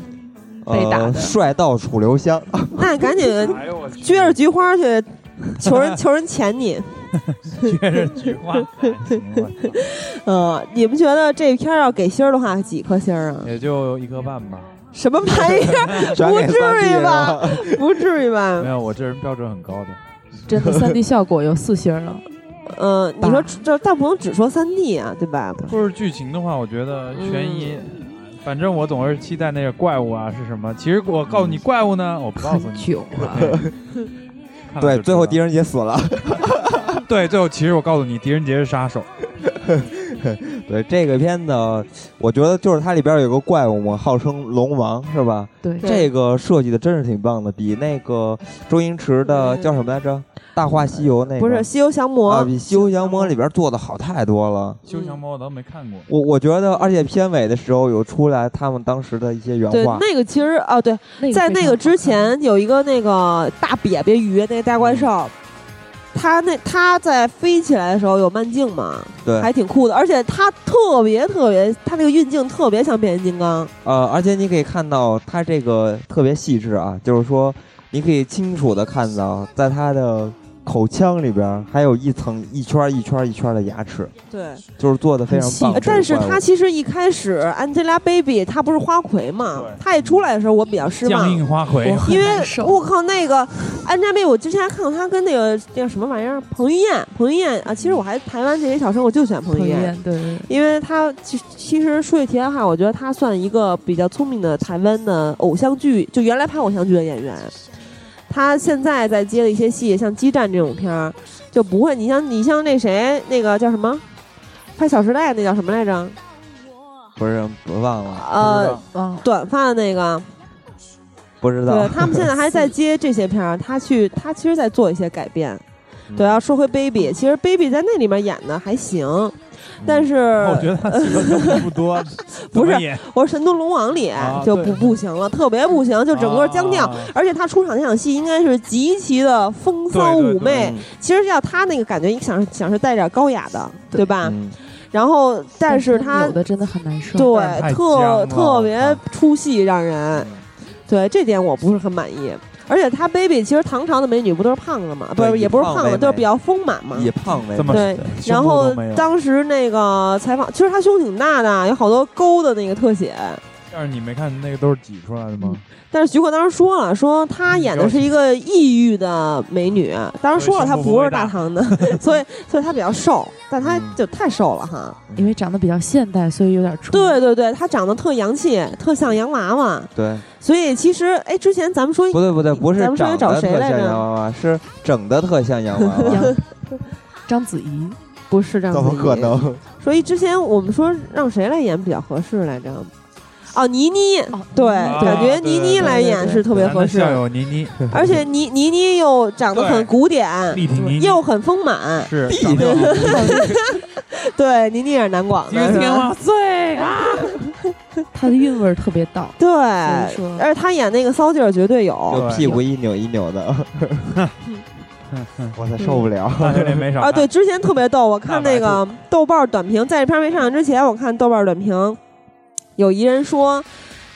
Speaker 1: 被打
Speaker 2: 呃
Speaker 1: 的
Speaker 2: 帅到楚留香，
Speaker 3: 那你赶紧
Speaker 4: 哎呦我去
Speaker 3: 嗯撅着菊花去求人求人钱你。
Speaker 4: 撅着 菊花，还行我操
Speaker 3: 呃，你们觉得这片儿要给星儿的话，几颗星儿啊？
Speaker 4: 也就一颗半吧。
Speaker 3: 什么 玩意儿？
Speaker 2: 全给
Speaker 3: 不至于
Speaker 2: 3D 了
Speaker 3: 吧？不至于吧
Speaker 4: 没？有，我这人标准很高的。
Speaker 1: 真的三 D 效果有四星了，
Speaker 3: 嗯，你说这但不能只说三 D 啊，对吧？
Speaker 4: 或是剧情的话，我觉得悬疑，
Speaker 3: 嗯
Speaker 4: 反正我总是期待那个怪物啊是什么。其实我
Speaker 3: 嗯
Speaker 4: 告诉你怪物呢，我不告诉
Speaker 1: 很
Speaker 4: 你。
Speaker 1: 久了。
Speaker 4: 看了就知
Speaker 2: 对，
Speaker 4: 道
Speaker 2: 最后狄仁杰死了。
Speaker 4: 对最后其实我告诉你，狄仁杰是杀手。
Speaker 3: 嗯
Speaker 2: 对这个片子，我觉得就是它里边有个怪物嘛，号称龙王是吧？
Speaker 1: 对，
Speaker 3: 对
Speaker 2: 这个设计的真是挺棒的，比那个周星驰的
Speaker 3: 嗯
Speaker 2: 叫什么来着，《大话西游》那个
Speaker 3: 不是《西游降魔
Speaker 2: 啊，》，比《西游降魔》里边做的好太多了。
Speaker 4: 修降魔我倒没看过，
Speaker 2: 我我觉得，而且片尾的时候有出来他们当时的一些原
Speaker 3: 对
Speaker 2: 话，
Speaker 3: 那个其实啊，对，在那个之前有一个那个大瘪瘪鱼，那个大
Speaker 2: 嗯
Speaker 3: 怪兽，它那它在飞起来的时候有慢镜嘛，
Speaker 2: 对，
Speaker 3: 还挺酷的，而且它特别特别，它那个运镜特别像变形金刚，
Speaker 2: 呃，而且你可以看到它这个特别细致啊，就是说你可以清楚的看到，在它的口腔里边儿还有一层一圈儿一圈儿一圈儿的牙齿，
Speaker 3: 对，
Speaker 2: 就是做的非常棒
Speaker 3: 呃。但是
Speaker 2: 哦这个怪
Speaker 3: 她
Speaker 2: 物
Speaker 3: 其实一开始 Angelababy 她不是花魁嘛
Speaker 4: 对，
Speaker 3: 她一出来的时候我比较失
Speaker 4: 酱
Speaker 3: 望，
Speaker 4: 硬花魁
Speaker 1: 我，很
Speaker 3: 因为
Speaker 1: 难受
Speaker 3: 我靠那个 Angelababy 我之前还看过她跟那个那个什么玩意儿彭于晏，彭于晏啊，其实我还台湾这些小生我就选彭
Speaker 1: 彭
Speaker 3: 于
Speaker 1: 于
Speaker 3: 晏，
Speaker 1: 晏，对对对，
Speaker 3: 因为他其其实说句题外话，我觉得他算一个比较聪明的台湾的偶像剧，就原来拍偶像剧的演员。他现在在接的一些戏，像《激战》这种片儿，就不会。你像你像那谁，那个叫什么，拍《小时代》那叫什么来着？
Speaker 2: 不是不忘了，
Speaker 3: 呃，
Speaker 1: 忘了。
Speaker 3: 短发的那个。
Speaker 2: 不知道
Speaker 3: 对。他们现在 还在接这些片儿，他去他其实在做一些改变。
Speaker 2: 嗯
Speaker 3: 对，要说回 Baby，其实 Baby 在那里面演的还
Speaker 2: 嗯
Speaker 3: 行，但是
Speaker 4: 我觉得他戏份根本不 多，
Speaker 3: 嗯不是
Speaker 4: 怎么演
Speaker 3: 我是《神都龙王》里、
Speaker 4: 啊
Speaker 3: 就
Speaker 4: 对
Speaker 3: 不不行了，特别不行，就整个僵掉。
Speaker 4: 啊
Speaker 3: 而且他出场那场戏应该是极其的风骚
Speaker 4: 对对
Speaker 3: 妩
Speaker 4: 对
Speaker 3: 媚，
Speaker 2: 嗯
Speaker 3: 其实要他那个感觉，你想想是带点高雅的，对吧？
Speaker 2: 嗯
Speaker 3: 然后，但是他
Speaker 1: 有的真的很难受。
Speaker 4: 但是
Speaker 3: 对
Speaker 4: 太僵
Speaker 3: 特
Speaker 4: 了
Speaker 3: 特
Speaker 4: 我
Speaker 3: 别
Speaker 4: 靠
Speaker 3: 出戏，让
Speaker 4: 嗯
Speaker 3: 人对这点我不是很满意。而且他 baby 其实唐朝的美女不都是胖的嘛，不是
Speaker 2: 对
Speaker 3: 也不是
Speaker 2: 以胖
Speaker 3: 胖的，
Speaker 2: 为
Speaker 3: 就是
Speaker 2: 美
Speaker 3: 比较丰满嘛。
Speaker 2: 以胖为
Speaker 4: 这么
Speaker 3: 对
Speaker 4: 胸
Speaker 3: 然
Speaker 4: 部
Speaker 3: 后
Speaker 4: 都没有
Speaker 3: 当时那个采访，其实他胸挺大的，有好多沟的那个特写。
Speaker 4: 但是你没看那个都是挤出来的
Speaker 3: 嗯
Speaker 4: 吗？
Speaker 3: 但是徐克当时说了，说她演的是一个抑郁的美女，当时说了她不是大唐的， 所以所以她比较瘦，但她就太瘦了哈。
Speaker 1: 因为长得比较现代，所以有点冲。
Speaker 3: 对对对，她长得特洋气，特像洋娃娃，
Speaker 2: 对，
Speaker 3: 所以其实哎，之前咱们说
Speaker 2: 不对不对，不是
Speaker 3: 咱们说
Speaker 2: 长
Speaker 3: 要
Speaker 2: 得
Speaker 3: 找
Speaker 2: 特
Speaker 3: 谁来
Speaker 2: 像
Speaker 3: 着
Speaker 2: 洋娃娃，是整的特像洋娃娃，
Speaker 1: 杨，章子怡，
Speaker 3: 不是这样，
Speaker 2: 怎么可？能？
Speaker 3: 所以之前我们说让谁来演比较合适来着？哦，倪妮，
Speaker 1: 哦
Speaker 3: 对，
Speaker 1: 啊
Speaker 3: 感觉
Speaker 4: 对对
Speaker 3: 倪妮
Speaker 4: 对
Speaker 3: 来
Speaker 1: 对
Speaker 3: 演
Speaker 1: 对
Speaker 3: 是特别合适，
Speaker 4: 校友倪妮，
Speaker 3: 而且倪倪妮又长得很
Speaker 4: 对
Speaker 3: 古典，
Speaker 4: 力挺倪妮
Speaker 3: 又很丰满，
Speaker 4: 是啊
Speaker 2: 必
Speaker 4: 长得
Speaker 2: 的
Speaker 3: 对，倪妮也是南广的，是吧
Speaker 4: 岁啊！
Speaker 1: 她的韵味儿特别到。
Speaker 3: 对
Speaker 1: 以说，
Speaker 3: 哎而且他演那个骚劲儿绝对有
Speaker 2: 就哦屁股一扭一扭的， 我才受不了。
Speaker 4: 大学里没少
Speaker 3: 啊。
Speaker 4: 看
Speaker 3: 对，，之前特别逗，我看那
Speaker 4: 大
Speaker 3: 个豆瓣短评，在这片儿没上映之前，我看豆瓣短评，有一人说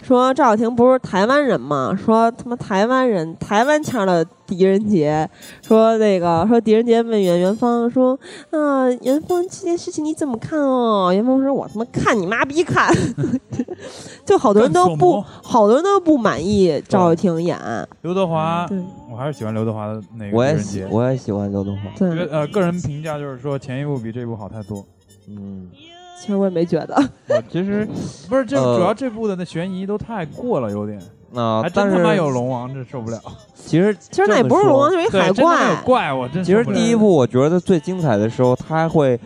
Speaker 3: 说赵又廷不是台湾人嘛，说他妈台湾人台湾腔的狄仁杰，说那个说狄仁杰问袁元芳说啊元芳这件事情你怎么看哦？元芳说我他妈看你妈逼看， 就好多人都
Speaker 4: 更
Speaker 3: 不
Speaker 4: 怂
Speaker 3: 好多人都不满意赵又廷演，
Speaker 4: 刘德华，
Speaker 3: 对
Speaker 4: 我还是喜欢刘德华的那 个
Speaker 2: 我
Speaker 4: 狄
Speaker 2: 也
Speaker 4: 仁
Speaker 2: 喜
Speaker 4: 杰。
Speaker 2: 我也喜欢刘德华，
Speaker 4: 觉
Speaker 3: 对
Speaker 4: 得，呃，个人评价就是说前一部比这部好太多。
Speaker 2: 嗯，
Speaker 3: 其实我也没觉得。
Speaker 4: 我其实不是这
Speaker 2: 呃
Speaker 4: 主要这部的那悬疑都太过了，有点
Speaker 2: 那
Speaker 4: 还真
Speaker 2: 但
Speaker 4: 他妈
Speaker 2: 是
Speaker 4: 有龙王，这 受不了。
Speaker 2: 其实
Speaker 3: 其实那也不是龙王，
Speaker 2: 这么说。
Speaker 3: 就是一海
Speaker 4: 对，真他妈有
Speaker 3: 怪。
Speaker 4: 怪我真
Speaker 2: 其
Speaker 4: 受
Speaker 2: 实
Speaker 4: 不了。
Speaker 2: 第一部我觉得最精彩的时候，他还会，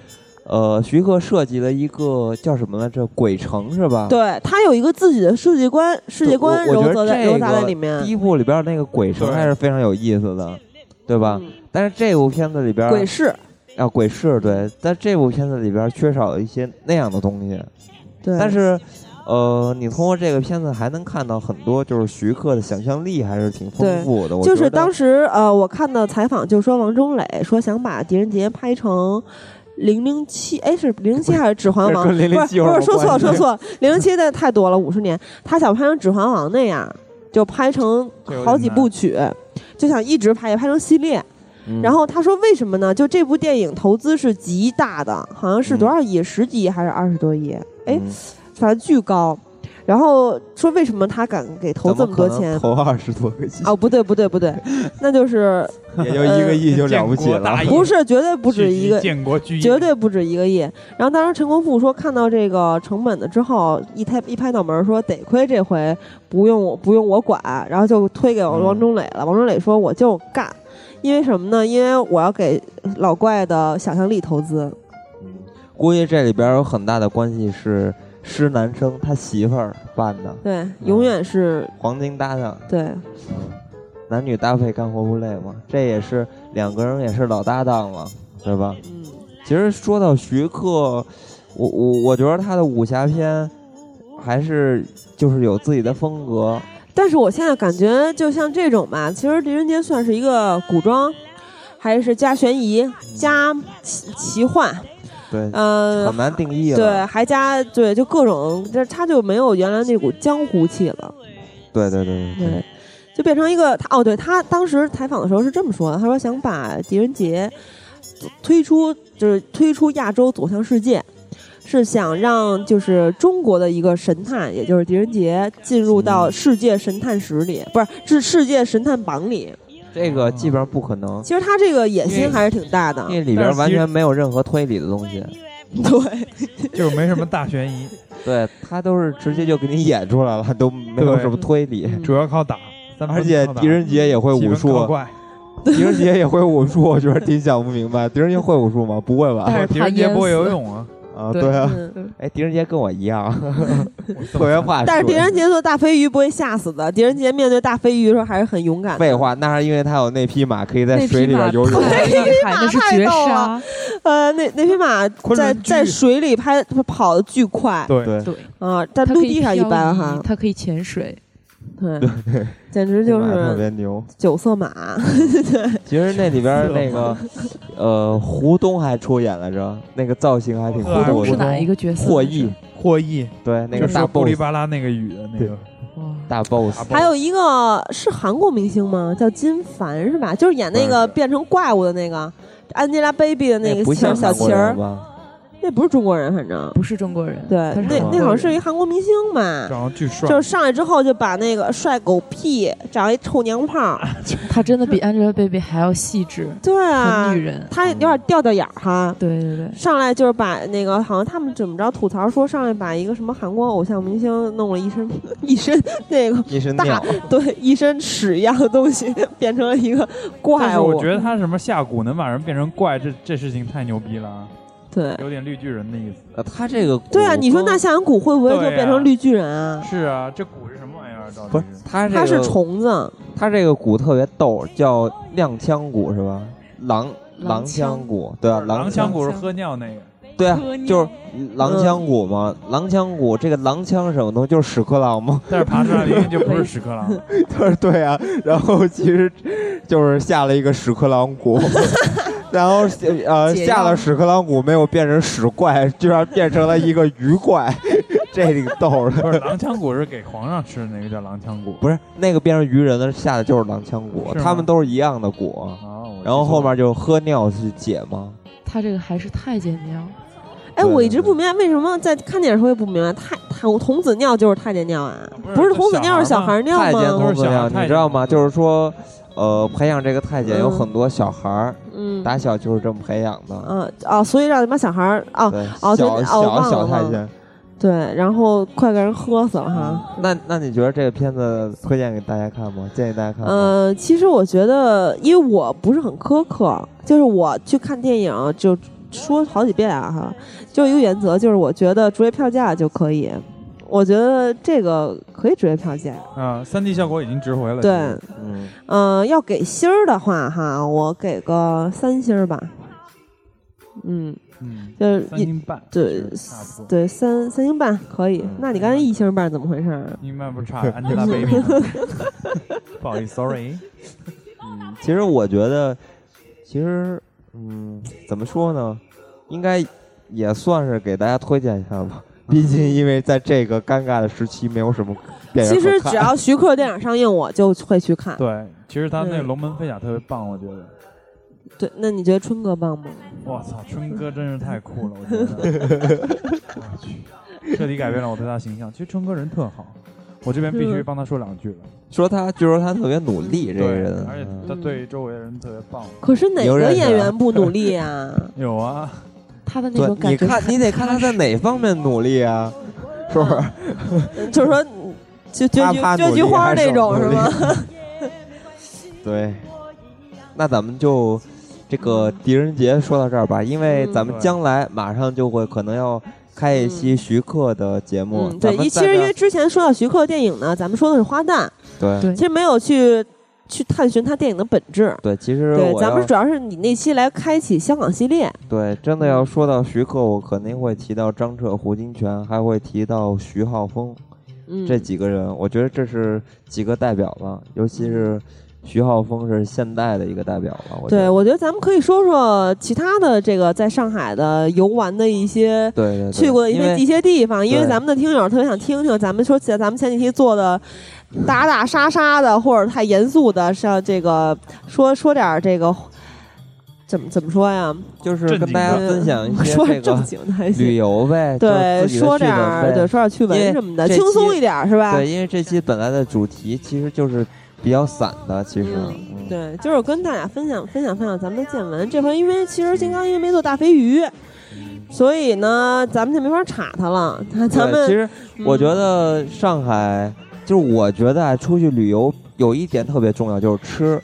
Speaker 2: 呃，徐克设计了一个叫什么来着？鬼城是吧？
Speaker 3: 对他有一个自己的世界观，世界观
Speaker 2: 我我觉
Speaker 3: 揉
Speaker 2: 得
Speaker 3: 杂在
Speaker 2: 这
Speaker 3: 揉杂在
Speaker 2: 个
Speaker 3: 里面
Speaker 2: 第。一部里边那个鬼城
Speaker 4: 对
Speaker 2: 还是非常有意思的，对吧？
Speaker 3: 嗯
Speaker 2: 但是这部片子里边
Speaker 3: 鬼市，
Speaker 2: 啊鬼市对，但这部片子里边缺少了一些那样的东西。
Speaker 3: 对，
Speaker 2: 但是，呃，你通过这个片子还能看到很多，就是徐克的想象力还是挺丰富的。我
Speaker 3: 就
Speaker 2: 觉
Speaker 3: 是
Speaker 2: 得
Speaker 3: 当时呃，我看到采访，就说王中磊说想把狄仁杰拍成。零零七，哎，是零零七还是《指环王》？
Speaker 2: 跟007
Speaker 3: 不是，
Speaker 2: 有
Speaker 3: 不
Speaker 2: 什么
Speaker 3: 是，说错了，
Speaker 2: 关系
Speaker 3: 说错了，零零七的太多了，五十年。他想拍成《指环王》那样，就拍成
Speaker 4: 这有点
Speaker 3: 好几部曲，就想一直拍，拍成系列。
Speaker 2: 嗯
Speaker 3: 然后他说为什么呢？就这部电影投资是极大的，好像是多少亿，十几亿还是二十多亿？哎，
Speaker 2: 嗯
Speaker 3: 反正巨高。然后说为什么他敢给投这么多
Speaker 2: 怎
Speaker 3: 钱
Speaker 2: 可能？投二十多个亿，
Speaker 3: 哦，不对不对不对，那就是
Speaker 2: 也就一个亿就了不起
Speaker 4: 建国大
Speaker 2: 了
Speaker 4: 业。
Speaker 3: 不是绝对不
Speaker 4: 不
Speaker 3: 止一个，
Speaker 4: 建国巨
Speaker 3: 绝对不止一个亿。然后当时陈国富说看到这个成本的之后，一拍一拍脑门儿说得亏这回不用我不用我管，然后就推给王中磊了。王中磊说我就干，因为什么呢？因为我要给老怪的想象力投资。
Speaker 2: 嗯 估计这里边有很大的关系是施南生他媳妇儿办的，
Speaker 3: 对，永远是
Speaker 2: 黄金搭档，
Speaker 3: 对
Speaker 2: 男女搭配干活不累嘛，这也是两个人也是老搭档了，对吧？
Speaker 3: 嗯，
Speaker 2: 其实说到徐克，我我我觉得他的武侠片还是就是有自己的风格，
Speaker 3: 但是我现在感觉，就像这种吧，其实狄仁杰算是一个古装，还是加悬疑、加奇奇幻，
Speaker 2: 对，
Speaker 3: 呃
Speaker 2: 很，难定义
Speaker 3: 对，
Speaker 2: 了。
Speaker 3: 还加对，就各种，这他就没有原来那股江湖气了，
Speaker 2: 对对对对对
Speaker 3: 对。就变成一个他哦，对他当时采访的时候是这么说的，他说想把狄仁杰推出，就是推出亚洲走向世界，是想让就是中国的一个神探，也就是狄仁杰进入到世界神探史里，不是是世界神探榜里。
Speaker 2: 这个基本上不可能，
Speaker 3: 其实他这个野心还是挺大的
Speaker 2: 因，为里边完全没有任何推理的东西，
Speaker 3: 对，
Speaker 4: 就是没什么大悬 疑，
Speaker 2: 对他都是直接就给你演出来了，都没有
Speaker 4: 对
Speaker 2: 什么推理。
Speaker 3: 嗯
Speaker 4: 主要靠打，三分
Speaker 2: 而且
Speaker 4: 靠打
Speaker 2: 狄仁杰也会
Speaker 4: 气
Speaker 2: 武
Speaker 4: 氛靠
Speaker 2: 术，
Speaker 4: 怪，
Speaker 2: 狄仁杰也会武术，我觉得挺想不明白，狄仁杰会武术吗？不会吧？
Speaker 1: 但是
Speaker 4: 狄
Speaker 1: 怕
Speaker 4: 仁杰
Speaker 1: 淹
Speaker 4: 不会
Speaker 1: 死
Speaker 4: 游泳 啊，
Speaker 2: 啊，
Speaker 4: 对
Speaker 2: 对啊。
Speaker 3: 嗯
Speaker 2: 哎，狄仁杰跟我一样，
Speaker 4: 我这么
Speaker 2: 特别怕水。
Speaker 3: 但是狄仁杰做大飞鱼不会吓死的，狄仁杰面对大飞鱼的时候还是很勇敢的。
Speaker 2: 废话，那是因为他有那匹马可以在
Speaker 1: 那
Speaker 2: 水
Speaker 1: 匹
Speaker 2: 里
Speaker 1: 马
Speaker 2: 边游泳。
Speaker 1: 太厉害，那
Speaker 3: 那匹
Speaker 1: 是
Speaker 3: 马太
Speaker 1: 绝
Speaker 3: 逗
Speaker 1: 杀
Speaker 3: 了。呃，那那匹马
Speaker 4: 昆
Speaker 3: 在
Speaker 4: 仑
Speaker 3: 在
Speaker 4: 巨
Speaker 3: 水里拍跑的巨快
Speaker 4: 对
Speaker 2: 对，
Speaker 1: 对，
Speaker 3: 啊，在
Speaker 1: 它
Speaker 3: 陆
Speaker 1: 可以
Speaker 3: 地上一
Speaker 1: 漂
Speaker 3: 般
Speaker 1: 移
Speaker 3: 哈，
Speaker 1: 它可以潜水。
Speaker 3: 对，简直
Speaker 2: 这
Speaker 3: 就
Speaker 2: 马特
Speaker 3: 是
Speaker 2: 别牛。
Speaker 3: 九色马。
Speaker 2: 其实那里边那个，呃，胡东还出演来着，那个造型还挺
Speaker 3: 啊
Speaker 4: 胡东
Speaker 2: 酷
Speaker 1: 东是
Speaker 2: 的。
Speaker 1: 哪一个角色？
Speaker 2: 霍毅，
Speaker 4: 获益，
Speaker 2: 对，那个
Speaker 4: 就是
Speaker 2: 大
Speaker 4: 说布里
Speaker 2: boss，
Speaker 4: 巴拉那个雨的那个，
Speaker 1: 哇，
Speaker 2: 大 boss，
Speaker 4: 大 boss
Speaker 3: 还有一个是韩国明星吗？叫金凡是吧？就是演那个变成怪物的那个 Angelababy 的那个
Speaker 2: 不
Speaker 3: 小
Speaker 2: 像
Speaker 3: 小
Speaker 2: 韩国
Speaker 3: 旗儿
Speaker 2: 人，吧？
Speaker 3: 那不是中国人，反正
Speaker 1: 不是中国人，
Speaker 3: 对，
Speaker 1: 他是
Speaker 3: 那
Speaker 1: 韩国
Speaker 3: 那好像
Speaker 1: 人
Speaker 3: 是一韩国明星吧。
Speaker 4: 长得巨帅，
Speaker 3: 就是上来之后就把那个帅狗屁长一臭娘炮儿，
Speaker 1: 他真的比 Angelababy 还要细致，
Speaker 3: 对啊
Speaker 1: 很女，人。
Speaker 3: 他有点掉掉眼儿哈。
Speaker 1: 对对对，
Speaker 3: 上来就是把那个好像他们怎么着吐槽说上来把一个什么韩国偶像明星弄了一身一身那个
Speaker 2: 一身
Speaker 3: 大
Speaker 2: 尿，
Speaker 3: 对一身屎一样的东西，变成了一个
Speaker 4: 但
Speaker 3: 怪
Speaker 4: 是
Speaker 3: 物。
Speaker 4: 我觉得他什么下蛊能把人变成怪，这这事情太牛逼了啊，
Speaker 3: 对
Speaker 4: 有点绿巨人的意思。
Speaker 2: 呃他这个
Speaker 3: 对啊，
Speaker 2: 骨
Speaker 3: 你说那
Speaker 2: 骼
Speaker 3: 夏阳谷会不会就
Speaker 4: 对呀
Speaker 3: 变成绿巨人啊？
Speaker 4: 是啊，这蛊是啊什么玩意儿？到底
Speaker 2: 不是他这
Speaker 3: 他是
Speaker 2: 个
Speaker 3: 虫子，
Speaker 2: 他这个鼓特别逗，叫踉跄鼓是吧？狼
Speaker 1: 狼
Speaker 2: 狼
Speaker 1: 腔
Speaker 2: 腔鼓，对啊，
Speaker 4: 狼
Speaker 2: 腔
Speaker 4: 枪蛊是喝尿那个，
Speaker 2: 对啊
Speaker 1: 喝，尿
Speaker 2: 就是
Speaker 3: 嗯
Speaker 2: 狼腔鼓嘛。狼腔鼓这个狼腔什么东西？就是屎壳郎吗？
Speaker 4: 但是爬出来明明就不是屎壳 郎，
Speaker 2: 就是对啊，然后其实就是下了一个屎壳郎 鼓。然后呃
Speaker 1: 解药
Speaker 2: 下了屎壳郎鼓没有变成屎怪，居然变成了一个鱼怪， 这挺逗的。
Speaker 4: 不是狼枪蛊是给皇上吃的那个叫狼枪蛊。
Speaker 2: 不是那个变成鱼人的下的就是狼腔鼓
Speaker 4: 是，吗
Speaker 2: 他们都是一样的鼓。
Speaker 4: 啊，我
Speaker 2: 然后后面就喝尿去解嘛，
Speaker 1: 他这个还是太监娘，
Speaker 3: 哎，
Speaker 2: 对
Speaker 3: 我
Speaker 2: 对
Speaker 3: 一直
Speaker 2: 对
Speaker 3: 不明白为什么在看电影的时候也不明白，太太童子尿就是太监尿啊？
Speaker 4: 不是
Speaker 3: 不是
Speaker 4: 就
Speaker 3: 童子
Speaker 4: 小
Speaker 3: 尿
Speaker 4: 孩
Speaker 3: 是小
Speaker 4: 嘛
Speaker 3: 孩儿尿
Speaker 2: 太监
Speaker 3: 吗？
Speaker 2: 童子尿，
Speaker 4: 都是小孩
Speaker 2: 你知道吗？
Speaker 4: 太监
Speaker 2: 就是说，呃，培养这个太监有
Speaker 3: 嗯
Speaker 2: 很多小孩儿，
Speaker 3: 嗯，
Speaker 2: 打小就是这么培养的。
Speaker 3: 嗯啊，所以让你把小孩儿啊，
Speaker 2: 对，
Speaker 3: 哦对
Speaker 2: 小
Speaker 3: 哦
Speaker 2: 小
Speaker 3: 忘了
Speaker 2: 小太
Speaker 3: 忘了
Speaker 2: 监。
Speaker 3: 对，然后快给人喝死了
Speaker 4: 嗯
Speaker 3: 哈。
Speaker 2: 那那你觉得这个片子推荐给大家看吗？建议大家看吗？
Speaker 3: 嗯，其实我觉得，因为我不是很苛刻，就是我去看电影就说好几遍啊哈，就是一个原则，就是我觉得逐页票价就可以。我觉得这个可以逐页票价，
Speaker 4: 啊，三 D 效果已经值回了。
Speaker 3: 对，
Speaker 2: 嗯，
Speaker 3: 嗯、要给星儿的话哈，我给个三星儿吧，嗯，
Speaker 4: 嗯，
Speaker 3: 就是
Speaker 4: 三
Speaker 3: 一
Speaker 4: 斤半，
Speaker 3: 对
Speaker 4: 是差不多。
Speaker 3: 对三三星半可以
Speaker 2: 嗯，
Speaker 3: 那你刚才一星半怎么回事儿啊？
Speaker 4: 一斤半不差，Angelababy。不好意思，sorry。
Speaker 2: 嗯，其实我觉得，其实，嗯，怎么说呢，应该也算是给大家推荐一下吧。毕竟因为在这个尴尬的时期，没有什么电影
Speaker 3: 其实
Speaker 2: 可看
Speaker 3: 只要徐克电影上映，我就会去看。
Speaker 4: 对，其实他那
Speaker 3: 对
Speaker 4: 个龙门飞甲特别棒，我觉得。
Speaker 3: 对，那你觉得春哥棒吗？
Speaker 4: 我操，春哥真是太酷了，我觉得。 我去，彻底改变了我对他的形象。其实春哥人特好，我这边必须
Speaker 3: 是
Speaker 4: 帮他说两句了。
Speaker 2: 说他，据说他特别努力，这个
Speaker 4: 对，
Speaker 2: 人，
Speaker 4: 而且
Speaker 2: 嗯
Speaker 4: 他对周围的人特别棒。
Speaker 3: 可是哪
Speaker 2: 有
Speaker 3: 个
Speaker 2: 认识啊
Speaker 3: 演员不努力呀、
Speaker 4: 有啊，
Speaker 1: 他的那
Speaker 2: 对
Speaker 1: 种，感
Speaker 2: 你
Speaker 1: 觉
Speaker 2: 看，你得看他在哪方面努力啊，是不是？
Speaker 3: 就是说，就
Speaker 2: 他
Speaker 3: 撅
Speaker 2: 怕
Speaker 3: 撅
Speaker 2: 努
Speaker 3: 撅
Speaker 2: 力
Speaker 3: 菊花
Speaker 2: 还
Speaker 3: 那
Speaker 2: 是
Speaker 3: 种
Speaker 2: 努
Speaker 3: 是
Speaker 2: 力
Speaker 3: 吗？？
Speaker 2: 对，那咱们就这个狄仁杰说到这儿吧，因为
Speaker 3: 嗯
Speaker 2: 咱们将来马上就会可能要开一期徐克的节目，
Speaker 3: 嗯，
Speaker 2: 咱
Speaker 3: 对，
Speaker 2: 们
Speaker 3: 一其
Speaker 2: 在
Speaker 3: 实因
Speaker 2: 这
Speaker 3: 为
Speaker 2: 儿
Speaker 3: 之前说到徐克的电影呢，咱们说的是花旦，
Speaker 2: 对
Speaker 1: 对
Speaker 3: 其实没有去去探寻他电影的本质。
Speaker 2: 对，其实
Speaker 3: 对，
Speaker 2: 我
Speaker 3: 咱们
Speaker 2: 要
Speaker 3: 主要是你那期来开启香港系列，
Speaker 2: 对真的要说到徐克，我肯定会提到张彻、胡金铨，还会提到徐浩峰。
Speaker 3: 嗯，
Speaker 2: 这几个人，我觉得这是几个代表了，尤其是徐浩峰是现代的一个代表了。我觉
Speaker 3: 对，
Speaker 2: 得
Speaker 3: 我觉得咱们可以说说其他的这个在上海的游玩的一些
Speaker 2: 对对对
Speaker 3: 去过的一
Speaker 2: 因
Speaker 3: 些
Speaker 2: 为
Speaker 3: 一些地方，因为
Speaker 2: 对
Speaker 3: 咱们的听友特别想听听咱们说咱们前几期做的打打杀杀的，或者太严肃的，像这个说说点儿这个怎么怎么说呀？
Speaker 2: 就是
Speaker 4: 正
Speaker 2: 跟
Speaker 4: 经
Speaker 2: 大家
Speaker 4: 的
Speaker 2: 分享一些
Speaker 3: 说
Speaker 2: 这
Speaker 3: 点正
Speaker 2: 个
Speaker 3: 经的还
Speaker 2: 旅
Speaker 3: 行。
Speaker 2: 游呗，
Speaker 3: 对，
Speaker 2: 就是自己的趣
Speaker 3: 说点
Speaker 2: 味
Speaker 3: 儿，
Speaker 2: 呗
Speaker 3: 对，说点趣
Speaker 2: 因
Speaker 3: 闻
Speaker 2: 为
Speaker 3: 什么的，
Speaker 2: 这
Speaker 3: 轻
Speaker 2: 期
Speaker 3: 松一点啊儿是吧？
Speaker 2: 对，因为这期本来的主题其实就是比较散的，其实，
Speaker 3: 嗯对，就是跟大家分享分享分享咱们的见闻。这回因为其实金刚因为没做大肥鱼，所以呢，咱们就没法查他了。他
Speaker 2: 嗯对
Speaker 3: 咱们
Speaker 2: 其实
Speaker 3: 嗯
Speaker 2: 我觉得上海，就是我觉得啊，出去旅游有一点特别重要，就是吃。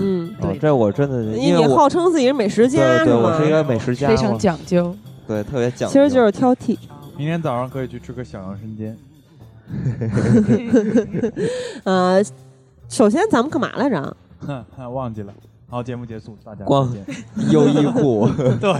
Speaker 3: 嗯，
Speaker 2: 啊
Speaker 1: 对，
Speaker 2: 这我真的，
Speaker 3: 你
Speaker 2: 因
Speaker 3: 你
Speaker 2: 为我
Speaker 3: 号称自己是美食家
Speaker 2: 对对，
Speaker 3: 是
Speaker 2: 我
Speaker 3: 吗
Speaker 2: 是一？个美食家哦
Speaker 1: 非常
Speaker 2: 嘛，
Speaker 1: 讲究。
Speaker 2: 对，特别讲
Speaker 3: 其
Speaker 2: 究。
Speaker 3: 实就是挑剔。
Speaker 4: 明天早上可以去吃个小羊参煎，
Speaker 3: 呃，首先咱们干嘛来 着？啊
Speaker 4: 哼哼，忘记了。好，节目结束，大家
Speaker 2: 光
Speaker 4: 再见。
Speaker 2: 优衣 库
Speaker 4: 对，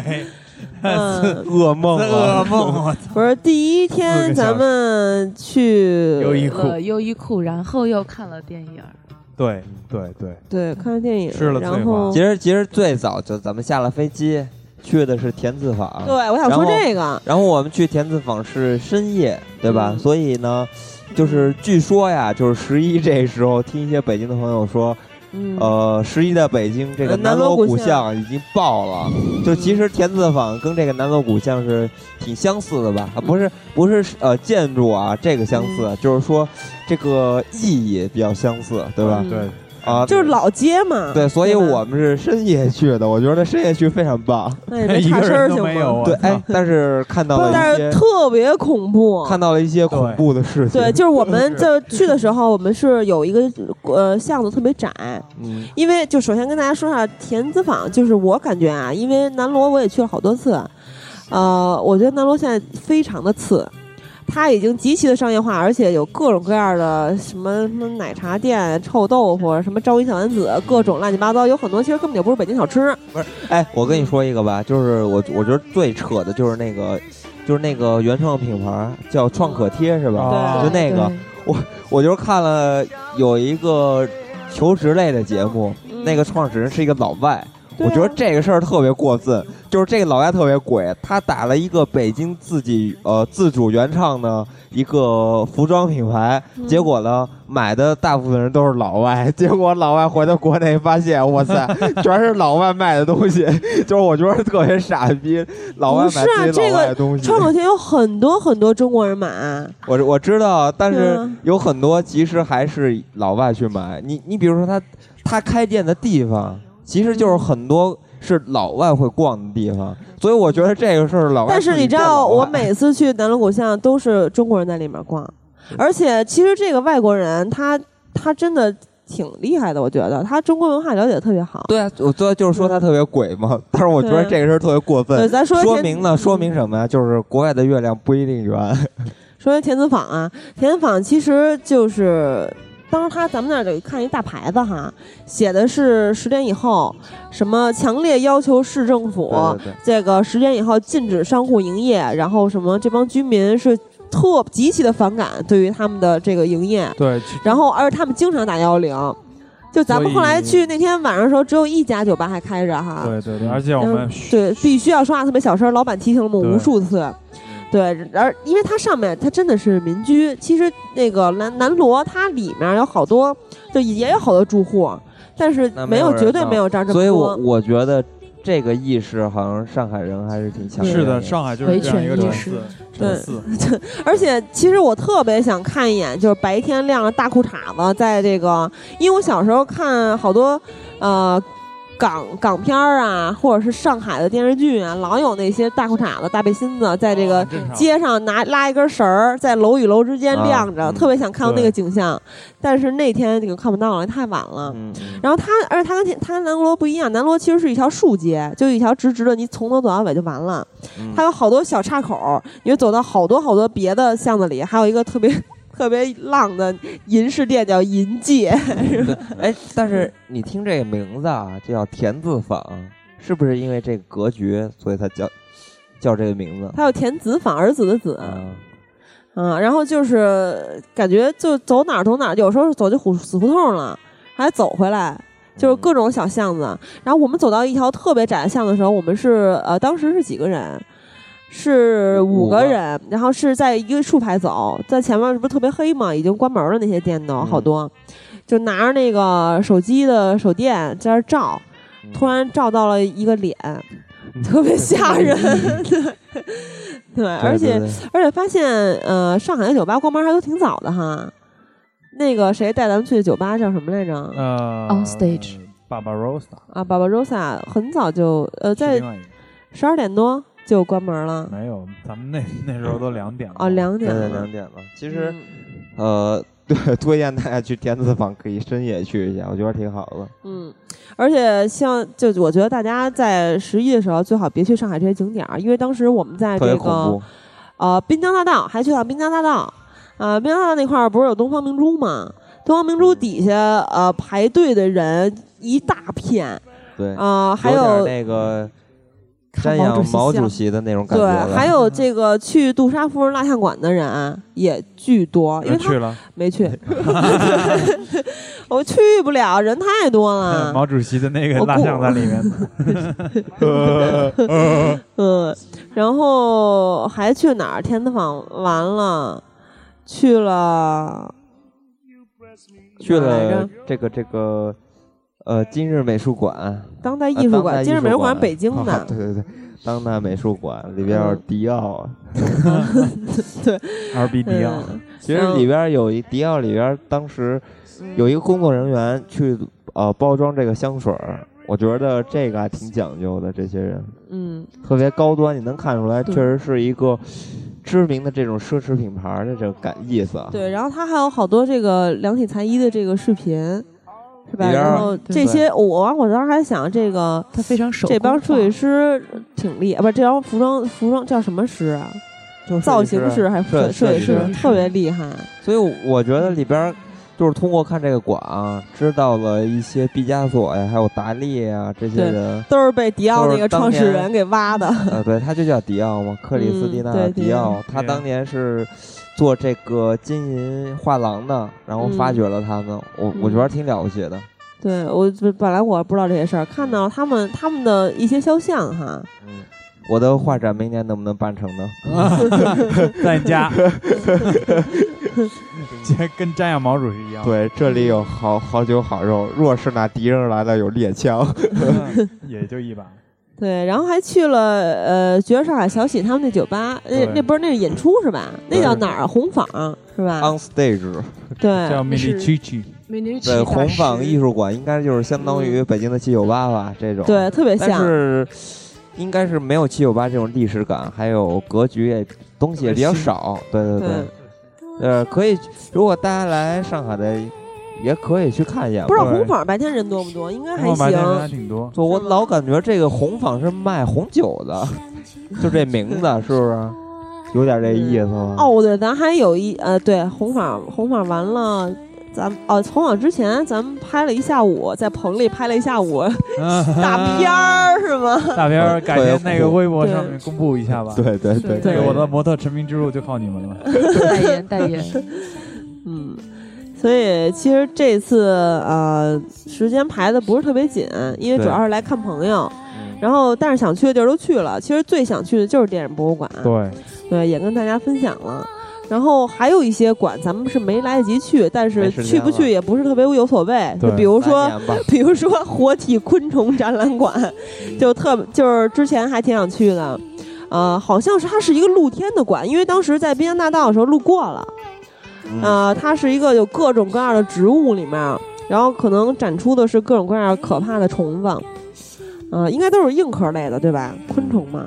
Speaker 3: 嗯，
Speaker 2: 噩梦
Speaker 4: 噩
Speaker 2: 啊，
Speaker 4: 梦啊！
Speaker 3: 不是第一
Speaker 4: 四
Speaker 3: 天
Speaker 4: 个小时
Speaker 3: 咱们去
Speaker 4: 优衣库，
Speaker 1: 了呃优衣库，然后又看了电影儿，
Speaker 4: 对对对，
Speaker 3: 对看电影，
Speaker 4: 吃了翠
Speaker 3: 然
Speaker 4: 华
Speaker 3: 后
Speaker 2: 其实其实最早就咱们下了飞机，去的是田子坊。
Speaker 3: 对我想说
Speaker 2: 然后
Speaker 3: 这个，
Speaker 2: 然后我们去田子坊是深夜，对吧？
Speaker 3: 嗯
Speaker 2: 所以呢，就是据说呀，就是十一这时候，听一些北京的朋友说，
Speaker 3: 嗯，
Speaker 2: 呃，十一在北京这个
Speaker 3: 呃南
Speaker 2: 南
Speaker 3: 锣
Speaker 2: 锣
Speaker 3: 鼓
Speaker 2: 鼓
Speaker 3: 巷
Speaker 2: 巷已经爆了。就其实田子坊跟这个南锣鼓巷是挺相似的吧？啊，不是不是呃建筑啊，这个相
Speaker 3: 嗯
Speaker 2: 似，就是说这个意义比较相似，对吧？
Speaker 3: 嗯
Speaker 4: 对，
Speaker 2: 啊，
Speaker 3: 就是老街嘛。
Speaker 2: 对，所以
Speaker 3: 吧
Speaker 2: 我们是深夜去的，我觉得深夜去非常棒。
Speaker 3: 那也别
Speaker 4: 一
Speaker 3: 差
Speaker 4: 个
Speaker 3: 声儿
Speaker 4: 人都
Speaker 3: 行
Speaker 4: 没有
Speaker 3: 吗？
Speaker 4: 啊。
Speaker 2: 对，哎，但是看到了
Speaker 3: 但
Speaker 2: 一些
Speaker 3: 是特别恐怖，
Speaker 2: 看到了一些恐怖的事情。
Speaker 3: 对，就是我们
Speaker 4: 是
Speaker 3: 就去的时候，我们是有一个呃巷子特别窄，
Speaker 2: 嗯，
Speaker 3: 因为就首先跟大家说一下田子坊，就是我感觉啊，因为南锣我也去了好多次，呃，我觉得南锣现在非常的次。它已经极其的商业化，而且有各种各样的什么什么奶茶店、臭豆腐、什么昭云小丸子，各种乱七八糟，有很多其实根本就不是北京小吃。
Speaker 2: 哎，我跟你说一个吧，就是我我觉得最扯的就是那个，就是那个原创品牌叫创可贴是吧？
Speaker 4: 啊
Speaker 1: 哦
Speaker 2: 就那个，我就是看了有一个求职类的节目，那个创始人是一个老外。
Speaker 3: 嗯对
Speaker 2: 我
Speaker 3: 啊
Speaker 2: 觉得这个事儿特别过分，就是这个老外特别鬼，他打了一个北京自己呃自主原创的一个服装品牌，
Speaker 3: 嗯
Speaker 2: 结果呢买的大部分人都是老外， 结果老外回到国内发现，哇 塞，全是老外卖的东西， 就是我觉得特别傻逼，老外
Speaker 3: 不是啊
Speaker 2: 买自己
Speaker 3: 这
Speaker 2: 老
Speaker 3: 个
Speaker 2: 外的东西。
Speaker 3: 创可贴有很多很多中国人买，啊
Speaker 2: 我我知道，但
Speaker 3: 对
Speaker 2: 是
Speaker 3: 啊
Speaker 2: 有很多其实还是老外去买。你你比如说他他开店的地方，其实就是很多是老外会逛的地方，所以我觉得这个事儿老外
Speaker 3: 但
Speaker 2: 自己
Speaker 3: 是
Speaker 2: 干老外。
Speaker 3: 你知道，我每次去南锣鼓巷都是中国人在里面逛，而且其实这个外国人他他真的挺厉害的，我觉得他中国文化了解得特别好。
Speaker 2: 对啊，我最后就是说他特别鬼嘛，但是我觉得
Speaker 3: 对
Speaker 2: 这个事儿特别过
Speaker 3: 对，
Speaker 2: 分。
Speaker 3: 咱说嗯
Speaker 2: 说
Speaker 3: 田
Speaker 2: 明了，说明什么呀？就是国外的月亮不一定圆。
Speaker 3: 说田子坊啊，田子坊其实就是当时他咱们那儿得看一大牌子哈，写的是十点以后，什么强烈要求市政府
Speaker 2: 对对
Speaker 3: 这个十点以后禁止商户营业，然后什么这帮居民是特极其的反感对于他们的这个营业，
Speaker 4: 对，
Speaker 3: 然后而且他们经常打幺幺零，就咱们
Speaker 4: 所以
Speaker 3: 后来去那天晚上的时候，只有一家酒吧还开着哈。
Speaker 4: 对对对，而且我
Speaker 3: 然后
Speaker 4: 们
Speaker 3: 对，必须要说话特别小声，老板提醒了我们
Speaker 4: 对
Speaker 3: 无数
Speaker 4: 嗯
Speaker 3: 次。对，而因为它上面它真的是民居，其实那个南南锣它里面有好多，就也有好多住户，但是
Speaker 2: 那
Speaker 3: 没
Speaker 2: 没有
Speaker 3: 有
Speaker 2: 人
Speaker 3: 绝对
Speaker 2: 闹
Speaker 3: 没有这样这么
Speaker 2: 所以我
Speaker 3: 多。
Speaker 2: 我觉得这个意识好像上海人还是挺
Speaker 3: 嗯
Speaker 2: 强烈
Speaker 4: 是的，
Speaker 2: 的，
Speaker 4: 上海就是这样一个
Speaker 1: 维权
Speaker 4: 城
Speaker 1: 意识
Speaker 4: 市，
Speaker 3: 对
Speaker 4: 城市
Speaker 3: 而且其实我特别想看一眼，就是白天晾着大裤衩子，在这个，因为我小时候看好多呃港港片儿啊，或者是上海的电视剧啊，老有那些大裤衩子、大背心子在这个。
Speaker 4: 正常
Speaker 3: 街上拿拉一根绳儿，在楼与楼之间
Speaker 2: 哦啊
Speaker 3: 晾着，
Speaker 2: 嗯
Speaker 3: 特别想看到那
Speaker 4: 对
Speaker 3: 个景象，但是那天就看不到了，太晚了。
Speaker 2: 嗯，嗯
Speaker 3: 然后它，而且它跟天它跟南锣不一样，南锣其实是一条竖街，就一条直直的，你从头走到尾就完了。
Speaker 2: 嗯
Speaker 3: 它有好多小岔口，你会走到好多好多别的巷子里，还有一个特别 特别浪的银饰店叫银界，
Speaker 2: 哎，但是你听这个名字啊，就叫田字坊，是不是因为这个格局，所以它叫叫这个名字？
Speaker 3: 还有田子坊儿子的子，
Speaker 2: 啊，
Speaker 3: 嗯，然后就是感觉就走哪儿走哪儿，有时候走进虎死胡同了，还走回来，就是
Speaker 2: 嗯
Speaker 3: 各种小巷子。然后我们走到一条特别窄的巷子的时候，我们是呃当时是几个人，是五
Speaker 2: 五
Speaker 3: 个
Speaker 2: 个
Speaker 3: 人，然后是在一个竖排走，在前面是不是特别黑嘛？已经关门了那些店都
Speaker 2: 嗯
Speaker 3: 好多，就拿着那个手机的手电在那儿照，
Speaker 2: 嗯
Speaker 3: 突然照到了一个脸，特别吓人。对，
Speaker 2: 嗯对
Speaker 3: 而且
Speaker 2: 对对
Speaker 3: 而且发现呃，上海的酒吧关门还都挺早的哈。那个谁带咱们去的酒吧叫什么来着？
Speaker 4: 呃
Speaker 1: On stage
Speaker 4: 爸爸 Rosa
Speaker 3: 啊巴巴 r o s a 很早就呃
Speaker 4: 是
Speaker 3: 在
Speaker 4: 另外一个
Speaker 3: 十二点多就关门了
Speaker 4: 没有，咱们那那时候都两点了
Speaker 3: 啊，两
Speaker 2: 对
Speaker 3: 点
Speaker 2: 对
Speaker 3: 了。
Speaker 2: 两点了。其实
Speaker 3: 嗯
Speaker 2: 呃，对，推荐大家去天字坊，可以深夜去一下，我觉得挺好的。
Speaker 3: 嗯，而且像就我觉得大家在十一的时候最好别去上海这些景点儿，因为当时我们在
Speaker 2: 特别
Speaker 3: 这
Speaker 2: 恐
Speaker 3: 个
Speaker 2: 怖，
Speaker 3: 呃滨江大道还去到滨江大道，啊、滨江大道那块儿不是有东方明珠吗？东方明
Speaker 2: 嗯
Speaker 3: 珠底下呃排队的人一大片
Speaker 2: 对，
Speaker 3: 啊、还
Speaker 2: 有点那
Speaker 3: 有
Speaker 2: 个瞻
Speaker 1: 看毛主
Speaker 2: 仰
Speaker 1: 席
Speaker 2: 毛主
Speaker 1: 像
Speaker 2: 席的那种感觉
Speaker 3: 啊
Speaker 2: 了。嗯
Speaker 3: 对，还有这个去杜莎夫人蜡像馆的人啊也巨多，因为
Speaker 4: 人
Speaker 3: 他
Speaker 4: 去了。
Speaker 3: 没去， 我去不了，人太多 了。
Speaker 4: 毛主席的那个
Speaker 3: 啊我
Speaker 4: 蜡
Speaker 3: 顾
Speaker 4: 像在里面，
Speaker 3: 嗯，然后还去哪儿？天子坊完了，去了
Speaker 2: 去
Speaker 3: 哪儿来着
Speaker 2: 了这个这个呃今日美术馆，
Speaker 3: 当代
Speaker 2: 啊
Speaker 3: 艺术
Speaker 2: 当
Speaker 3: 馆，
Speaker 2: 代
Speaker 3: 今日美术馆
Speaker 2: 馆
Speaker 3: 北京 的，
Speaker 2: 啊对对对，当代美术馆里边有
Speaker 3: 嗯
Speaker 2: 迪奥啊，
Speaker 4: 二 B 啊迪奥，
Speaker 3: 嗯
Speaker 2: 其实
Speaker 3: 嗯
Speaker 2: 里边有一迪奥里边当时有一个工作人员去呃包装这个香水儿，我觉得这个还挺讲究的，这些人
Speaker 3: 嗯，
Speaker 2: 特别高端，你能看出来，
Speaker 3: 对
Speaker 2: 确实是一个知名的这种奢侈品牌儿的这种感意思啊。
Speaker 3: 对，然后他还有好多这个量体裁衣的这个视频，是吧？
Speaker 2: 里边儿
Speaker 3: 然后这
Speaker 2: 对
Speaker 3: 些，我我当时还想这个。
Speaker 1: 他非常手
Speaker 3: 这帮
Speaker 1: 帮
Speaker 3: 设计师挺厉害，啊不是这帮服装服装叫什么师啊？
Speaker 2: 就是
Speaker 3: 造型
Speaker 2: 是
Speaker 3: 师还是
Speaker 2: 设
Speaker 3: 设设计
Speaker 2: 设
Speaker 3: 师
Speaker 2: 计，师
Speaker 3: 特别厉害。
Speaker 2: 所以我觉得里边儿就是通过看这个馆啊，知道了一些毕加索呀，还有达利呀这些
Speaker 3: 对
Speaker 2: 人。
Speaker 3: 都是被迪奥那个创始
Speaker 2: 就是当
Speaker 3: 人给挖的。
Speaker 2: 呃，对，他就叫迪奥嘛，克里斯蒂
Speaker 3: 嗯对
Speaker 2: 娜·
Speaker 3: 迪
Speaker 2: 迪
Speaker 3: 奥
Speaker 2: 奥，他
Speaker 4: 对
Speaker 2: 当年是做这个金银画廊的，然后发
Speaker 3: 嗯
Speaker 2: 掘了他们，我我觉得挺了不起的。
Speaker 3: 对我本本来我不知道这些事儿，看到他们他们的一些肖像哈，
Speaker 2: 嗯，我的画展明年能不能办成呢？
Speaker 4: 在你 家，其实跟瞻仰毛主席一样，
Speaker 2: 对，这里有好好酒好肉，若是那敌人来了有猎枪，
Speaker 4: 嗯也就一把。
Speaker 3: 对，然后还去了呃，觉得上海小喜他们那酒吧，那
Speaker 4: 对
Speaker 3: 那不是那是演出是吧？那叫哪儿啊？红坊是吧？
Speaker 2: On stage，
Speaker 4: 啊叫
Speaker 3: 对，
Speaker 4: 米
Speaker 1: 是
Speaker 4: 利区区，
Speaker 1: 美女曲
Speaker 2: 对，
Speaker 1: 大
Speaker 2: 红坊
Speaker 1: 师
Speaker 2: 艺术馆应该就是相当于北京的七九八吧，这种。
Speaker 3: 对，特别
Speaker 2: 但
Speaker 3: 像。
Speaker 2: 是应该是没有七九八这种历史感，还有格局也东西也比较少。对对
Speaker 3: 对
Speaker 2: 对，呃，可以，如果大家来上海的，也可以去看一眼吧。
Speaker 3: 不知道
Speaker 4: 对
Speaker 3: 红坊白天人多不多？应该还
Speaker 4: 我白天人还
Speaker 3: 行。
Speaker 4: 挺多。
Speaker 2: 就我老感觉这个红坊是卖红酒的，就这名字是不是有点这意思吧？
Speaker 3: 哦，对，咱还有一呃，对，红坊红坊完了。咱哦，红坊之前咱们拍了一下午，在棚里拍了一下午 大片
Speaker 4: 啊
Speaker 3: 儿是吗？
Speaker 4: 大片儿，
Speaker 2: 特
Speaker 4: 改
Speaker 2: 别
Speaker 4: 天那个
Speaker 2: 酷
Speaker 4: 微博上
Speaker 3: 对
Speaker 4: 面公布一下吧。
Speaker 2: 对对对
Speaker 4: 这
Speaker 1: 对
Speaker 4: 个我的模特成名之路就靠你们了。
Speaker 1: 代言代 言，
Speaker 3: 嗯，所以其实这次呃时间排的不是特别紧，因为
Speaker 2: 对
Speaker 3: 主要是来看朋友，
Speaker 2: 嗯
Speaker 3: 然后但是想去的地儿都去了。其实最想去的就是电影博物馆，
Speaker 4: 对，
Speaker 3: 对，也跟大家分享了。然后还有一些馆咱们是没来得及去，但是
Speaker 2: 没时间
Speaker 3: 去不去
Speaker 2: 了
Speaker 3: 也不是特别有所谓。就
Speaker 4: 对
Speaker 3: 比如说
Speaker 2: 来年吧
Speaker 3: 比如说活体昆虫展览馆，
Speaker 2: 嗯
Speaker 3: 就特就是之前还挺想去的，呃，好像是它是一个露天的馆，因为当时在滨江大道的时候路过了，
Speaker 2: 嗯
Speaker 3: 呃，它是一个有各种各样的植物里面，然后可能展出的是各种各样可怕的虫子，呃，应该都是硬壳类的对吧？昆虫嘛，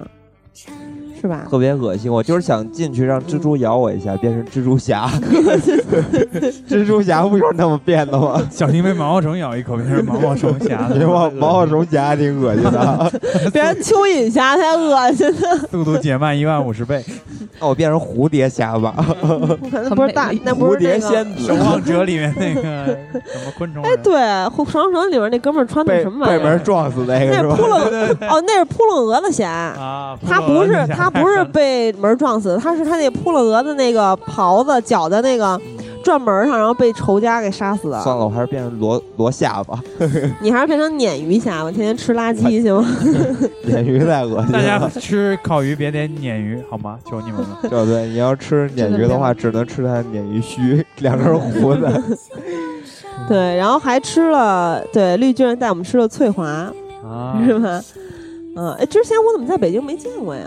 Speaker 3: 是吧？
Speaker 2: 特别恶心，我就是想进去让蜘蛛咬我一下，变成蜘蛛 侠。蜘蛛侠不就是那么变的 吗？
Speaker 4: 小心被毛毛虫咬一口，变成毛毛虫侠 了。
Speaker 2: 别忘毛毛虫侠还挺恶心的啊。
Speaker 3: 别人蚯蚓侠太恶心 了，
Speaker 4: 速度减慢一万 五十倍，
Speaker 2: 那我哦变成蝴蝶侠吧，
Speaker 3: 那不是大
Speaker 1: 很美丽，
Speaker 3: 那哎不
Speaker 2: 蝴
Speaker 3: 是
Speaker 2: 蝶
Speaker 3: 那个
Speaker 2: 仙。
Speaker 4: 《
Speaker 2: 子
Speaker 4: 守。望者》里面那个什么昆虫人，
Speaker 3: 哎对，《双城》里面那哥们儿穿的
Speaker 2: 被
Speaker 3: 什么玩
Speaker 2: 被
Speaker 3: 意儿
Speaker 2: 门？撞死那个
Speaker 3: 那
Speaker 2: 是
Speaker 3: 是
Speaker 2: 吧
Speaker 3: 扑？ 棱哦，那是扑棱蛾子侠。
Speaker 4: 啊，
Speaker 3: 他
Speaker 4: 普罗
Speaker 3: 不
Speaker 4: 恩
Speaker 3: 是
Speaker 4: 侠
Speaker 3: 他不是被门撞死的，他是他那扑棱蛾子那个袍子绞在那个转门上，然后被仇家给杀死的。
Speaker 2: 算了，我还是变成罗罗夏吧，
Speaker 3: 你还是变成鲶鱼侠吧，天天吃 垃圾行吗？
Speaker 2: 鲶鱼太恶心
Speaker 4: 大家
Speaker 2: 了。
Speaker 4: 吃烤鱼别点鲶鱼好吗？求你们了。
Speaker 2: 对对，你要吃鲶鱼的话，只能吃它的鲶鱼须，两根胡 子嗯
Speaker 3: 对，然后还吃了，对，绿巨人带我们吃了翠华，
Speaker 4: 啊
Speaker 3: 是吗？嗯，哎，之前我怎么在北京没见过呀？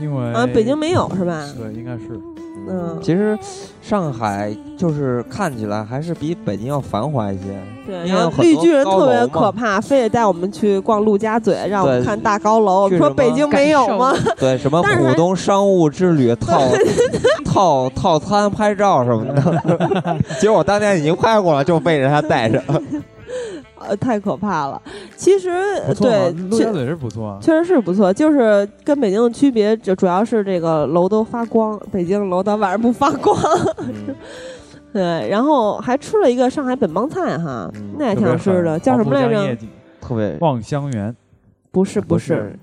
Speaker 4: 因为
Speaker 2: 哎
Speaker 3: 啊，北京没有是吧？
Speaker 4: 对，应该是
Speaker 3: 嗯
Speaker 2: 其实上海就是看起来还是比北京要繁华一些，
Speaker 3: 对，
Speaker 2: 因为
Speaker 3: 然
Speaker 2: 有
Speaker 3: 后
Speaker 2: 很
Speaker 3: 绿
Speaker 2: 多
Speaker 3: 巨人
Speaker 2: 高
Speaker 3: 特别
Speaker 2: 楼嘛
Speaker 3: 可怕，非得带我们去逛陆家嘴，让我们
Speaker 2: 对
Speaker 3: 看大高楼。我们
Speaker 2: 去
Speaker 3: 说
Speaker 2: 什
Speaker 3: 北
Speaker 2: 么
Speaker 3: 京没有吗？
Speaker 2: 对，什么
Speaker 3: 但是还
Speaker 2: 浦东商务之旅 套套套餐拍照什么的， 结果我当年已经拍过了，就被人家带 着。
Speaker 3: 呃，太可怕了。其实
Speaker 4: 不错啊，
Speaker 3: 呃对，
Speaker 4: 陆家
Speaker 3: 确
Speaker 4: 嘴是不错啊。
Speaker 3: 确实是不错，就是跟北京的区别，就主要是这个楼都发光，北京的楼到晚上不发光。
Speaker 2: 嗯
Speaker 3: 对，然后还吃了一个上海本帮菜哈，
Speaker 2: 嗯
Speaker 3: 那也挺好吃的，叫什么来
Speaker 4: 黄浦江夜
Speaker 3: 着？
Speaker 4: 景
Speaker 2: 特别，
Speaker 4: 望乡园，
Speaker 3: 不是不
Speaker 2: 不
Speaker 3: 是，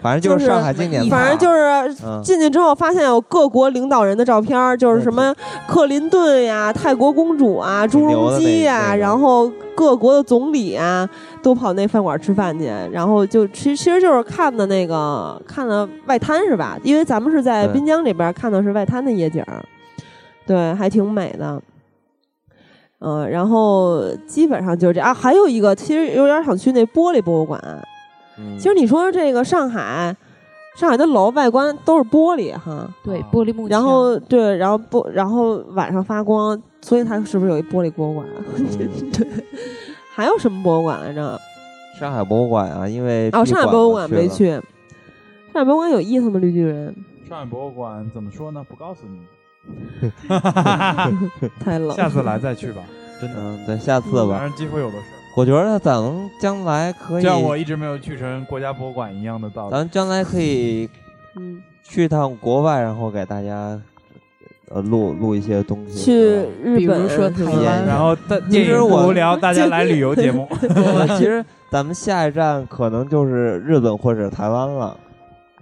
Speaker 2: 反正就是上海经典菜，
Speaker 3: 反正就是
Speaker 2: 嗯，
Speaker 3: 进去之后发现有各国领导人的照片儿，就是什么克林顿呀、泰国公主啊、
Speaker 2: 挺
Speaker 3: 朱
Speaker 2: 牛
Speaker 3: 镕
Speaker 2: 的
Speaker 3: 基
Speaker 2: 那
Speaker 3: 呀，
Speaker 2: 那个
Speaker 3: 然后各国的总理啊，都跑那饭馆吃饭去。然后就其实其实就是看的那个看的外滩是吧？因为咱们是在
Speaker 2: 对
Speaker 3: 滨江这边看的是外滩的夜景儿，对，还挺美的。嗯、然后基本上就是这样啊。还有一个，其实有点想去那玻璃博物馆，
Speaker 2: 嗯
Speaker 3: 其实你说这个上海，上海的楼外观都是玻璃哈，
Speaker 1: 对，
Speaker 4: 啊
Speaker 1: 玻璃幕墙，
Speaker 3: 然后对，然后不，然后晚上发光，所以它是不是有一玻璃博物馆？啊
Speaker 2: 嗯
Speaker 3: 对，还有什么博物馆来着？
Speaker 2: 上海博物馆啊，因为
Speaker 3: 哦，
Speaker 2: 闭
Speaker 3: 上海
Speaker 2: 馆
Speaker 3: 博物
Speaker 2: 了
Speaker 3: 馆没
Speaker 2: 啊了
Speaker 3: 去。上海博物馆有意思吗？绿巨人
Speaker 4: 上海博物馆怎么说呢？不告诉 你，
Speaker 3: 太冷，嗯
Speaker 4: 下次来 再去吧。真的，
Speaker 2: 嗯，对，下次
Speaker 4: 反
Speaker 2: 吧。
Speaker 4: 正机会有的是。
Speaker 2: 我觉得咱们将来可以，
Speaker 4: 像我一直没有去成国家博物馆一样的道
Speaker 2: 咱
Speaker 4: 理。
Speaker 2: 们将来可以
Speaker 3: 嗯，
Speaker 2: 去趟国外，然后给大家呃录录一些东西。
Speaker 3: 去
Speaker 2: 是
Speaker 3: 日
Speaker 1: 比
Speaker 3: 本
Speaker 1: 如说台
Speaker 3: 是吧
Speaker 2: 体验
Speaker 1: 湾，
Speaker 4: 然后大
Speaker 2: 其
Speaker 4: 电
Speaker 2: 实
Speaker 4: 影
Speaker 2: 我
Speaker 4: 不 无聊，大家来旅游节目。
Speaker 2: 吧其实咱们下一站可能就是日本或者台湾了。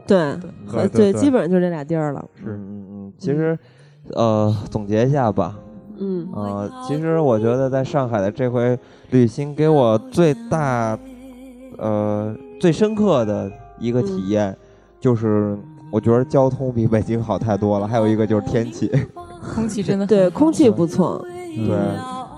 Speaker 3: 对
Speaker 4: 对
Speaker 3: 对，
Speaker 4: 对
Speaker 3: 基本上就这俩地儿了。
Speaker 2: 嗯嗯嗯，其实呃，总结一下吧。
Speaker 3: 嗯，
Speaker 2: 呃，其实我觉得在上海的这回旅行给我最大呃最深刻的一个
Speaker 4: 嗯
Speaker 2: 体验，就是我觉得交通比北京好太多了。还有一个就是天 气，
Speaker 1: 空气真的
Speaker 3: 对，
Speaker 1: 很好
Speaker 3: 空气不错。
Speaker 2: 对，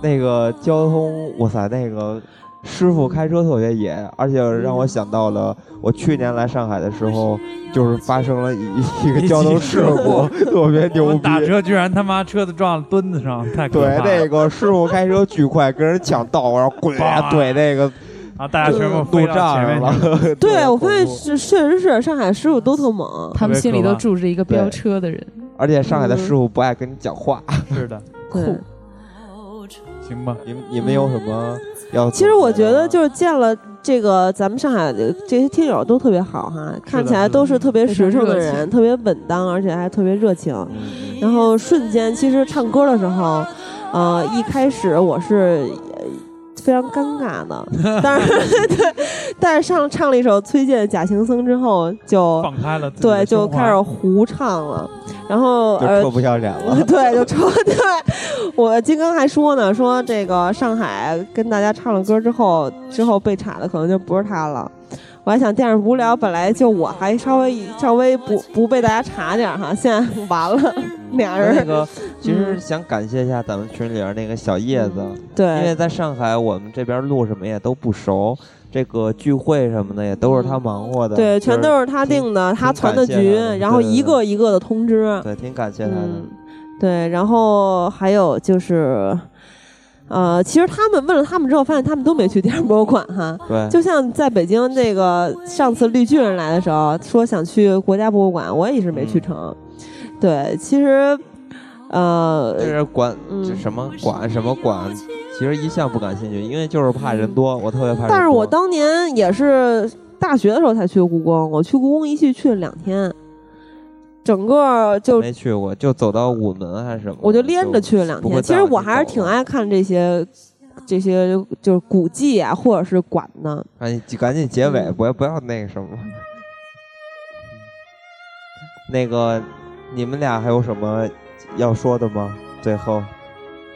Speaker 2: 那个交通，哇塞，那个师傅开车特别野，而且让
Speaker 4: 嗯
Speaker 2: 我想到了我去年来上海的时候，就是发生了一一个交通事故，特别
Speaker 4: 我
Speaker 2: 牛
Speaker 4: 们
Speaker 2: 逼。
Speaker 4: 打车居然他妈车子撞墩子上，太可
Speaker 2: 对，
Speaker 4: 怕了
Speaker 2: 那个师傅开车巨快，跟人抢道， 然后滚
Speaker 4: 哇
Speaker 2: 怼那个
Speaker 4: 啊！大家全部
Speaker 2: 路
Speaker 4: 飞
Speaker 2: 障
Speaker 4: 到前面
Speaker 2: 上
Speaker 4: 去
Speaker 2: 了。
Speaker 3: 对，我发现是确实是上海师傅都特猛，
Speaker 1: 他们心里都住着一个
Speaker 2: 对
Speaker 1: 飙车的人，
Speaker 2: 而且上海
Speaker 4: 嗯
Speaker 2: 的师傅不爱跟你讲话。
Speaker 4: 是的，
Speaker 3: 对。
Speaker 4: 行吧。
Speaker 2: 你们你们有什么要？
Speaker 3: 其实我觉得，就是见了这个咱们上海的这些听友都特别好哈，看起来都是特别实诚
Speaker 1: 非常
Speaker 3: 的
Speaker 1: 热
Speaker 3: 人，
Speaker 1: 情
Speaker 3: 特别稳当，而且还特别热情。
Speaker 2: 嗯，
Speaker 3: 然后瞬间，其实唱歌的时候，呃，一开始我是呃非常尴尬的，但是 对，但是上唱了一首崔健《假行僧》之后，就
Speaker 4: 放开了自己的
Speaker 3: 对就
Speaker 4: 胸怀
Speaker 3: 开始胡唱了，然后
Speaker 2: 就
Speaker 3: 呃
Speaker 2: 臭不要脸 了。
Speaker 3: 对，就抽对。我金刚还说呢，说这个上海跟大家唱了歌之后，之后被查的可能就不是他了。我还想电视无聊，本来就我还稍微稍微不不被大家查点儿哈，现在 完了，俩
Speaker 2: 那
Speaker 3: 人
Speaker 2: 个，其实想感谢一下咱们群里边那个小叶子，因为
Speaker 3: 嗯对
Speaker 2: 在上海我们这边录什么也都不熟，这个聚会什么的也都是他忙活的，
Speaker 3: 嗯对，全
Speaker 2: 是
Speaker 3: 都是他定的，他
Speaker 2: 挺
Speaker 3: 传
Speaker 2: 感
Speaker 3: 的
Speaker 2: 谢
Speaker 3: 局
Speaker 2: 他的，
Speaker 3: 然后
Speaker 2: 对对
Speaker 3: 一
Speaker 2: 对
Speaker 3: 个一个的通知，
Speaker 2: 对，挺感谢他的
Speaker 3: 嗯，，对，然后还有就是，呃，其实他们问了他们之后，发现他们都没去电视博物馆哈。
Speaker 2: 对，
Speaker 3: 就像在北京这个上次绿巨人来的时候，说想去国家博物馆，我也一直没
Speaker 2: 嗯
Speaker 3: 去成。对，其实，呃
Speaker 2: 就，是管
Speaker 3: 嗯
Speaker 2: 这什么管什么管，其实一向不感兴趣，因为就是怕人多，我特别怕人多。
Speaker 3: 嗯但是我当年也是大学的时候才去故宫，我去故宫一去去了两天，整个就
Speaker 2: 没去过，就走到午门还是什么，
Speaker 3: 我就连着去了两
Speaker 2: 不会
Speaker 3: 天。其实
Speaker 2: 带我
Speaker 3: 我
Speaker 2: 去
Speaker 3: 还是
Speaker 2: 走
Speaker 3: 挺
Speaker 2: 了
Speaker 3: 爱看这些。这些就是古迹啊，或者是馆的，
Speaker 2: 哎，你赶紧结尾，
Speaker 3: 嗯
Speaker 2: 不要不要那个什么。那个，你们俩还有什么要说的吗？最后，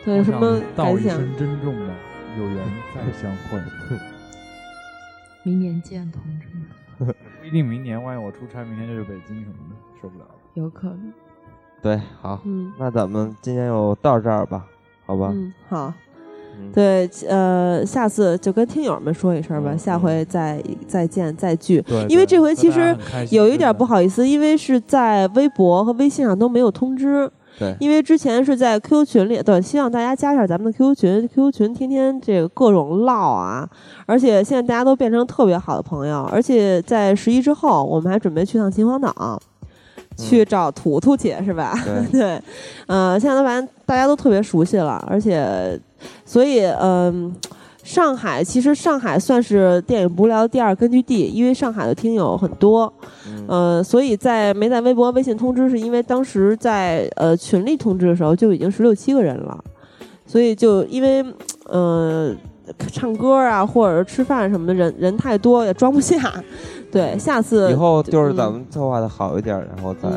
Speaker 3: 对，有什么
Speaker 4: 道
Speaker 3: 感
Speaker 4: 一
Speaker 3: 想？
Speaker 4: 声珍重呀，有缘再相 会。
Speaker 1: 明年见，同志们，
Speaker 4: 不一定明年，万一我出差，明天就去北京什么的，受不了了。
Speaker 1: 有可能。
Speaker 2: 对，好，
Speaker 3: 嗯
Speaker 2: 那咱们今天就到这儿吧，好吧？
Speaker 3: 嗯，好。
Speaker 2: 嗯，
Speaker 3: 对，呃，下次就跟听友们说一声吧，
Speaker 4: 嗯
Speaker 3: 下回再再见再聚。
Speaker 4: 对，
Speaker 3: 因为这回
Speaker 4: 对
Speaker 3: 其
Speaker 4: 大家
Speaker 3: 实
Speaker 4: 很开心
Speaker 3: 有一点不，
Speaker 4: 真
Speaker 3: 好意思，因为是在微博和微信上都没有通知，
Speaker 2: 对，
Speaker 3: 因为之前是在 QQ 群里，对，希望大家加一下咱们的 QQ 群，QQ 群天天这个各种唠啊，而且现在大家都变成特别好的朋友，而且在十一之后，我们还准备去趟秦皇岛，去找图图去，是吧？
Speaker 2: 对
Speaker 3: 对，呃，现在都反正大家都特别熟悉了，而且，所以，嗯、上海其实上海算是电影不聊第二根据地，因为上海的听友很多，
Speaker 2: 嗯
Speaker 3: 呃，所以在没在微博、微信通知，是因为当时在呃群里通知的时候就已经十六七个人了，所以就因为呃唱歌啊或者是吃饭什么的人人太多也装不下，对，下次
Speaker 2: 以后就是
Speaker 3: 嗯
Speaker 2: 咱们策划的好一点，然后再
Speaker 3: 嗯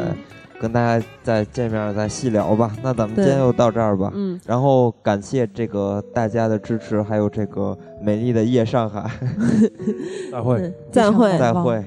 Speaker 2: 跟大家再见面再细聊吧。那咱们今
Speaker 3: 对
Speaker 2: 天就到这儿吧。
Speaker 3: 嗯，
Speaker 2: 然后感谢这个大家的支持，还有这个美丽的夜上海，
Speaker 4: 的再会。
Speaker 3: 嗯再会，
Speaker 2: 再会。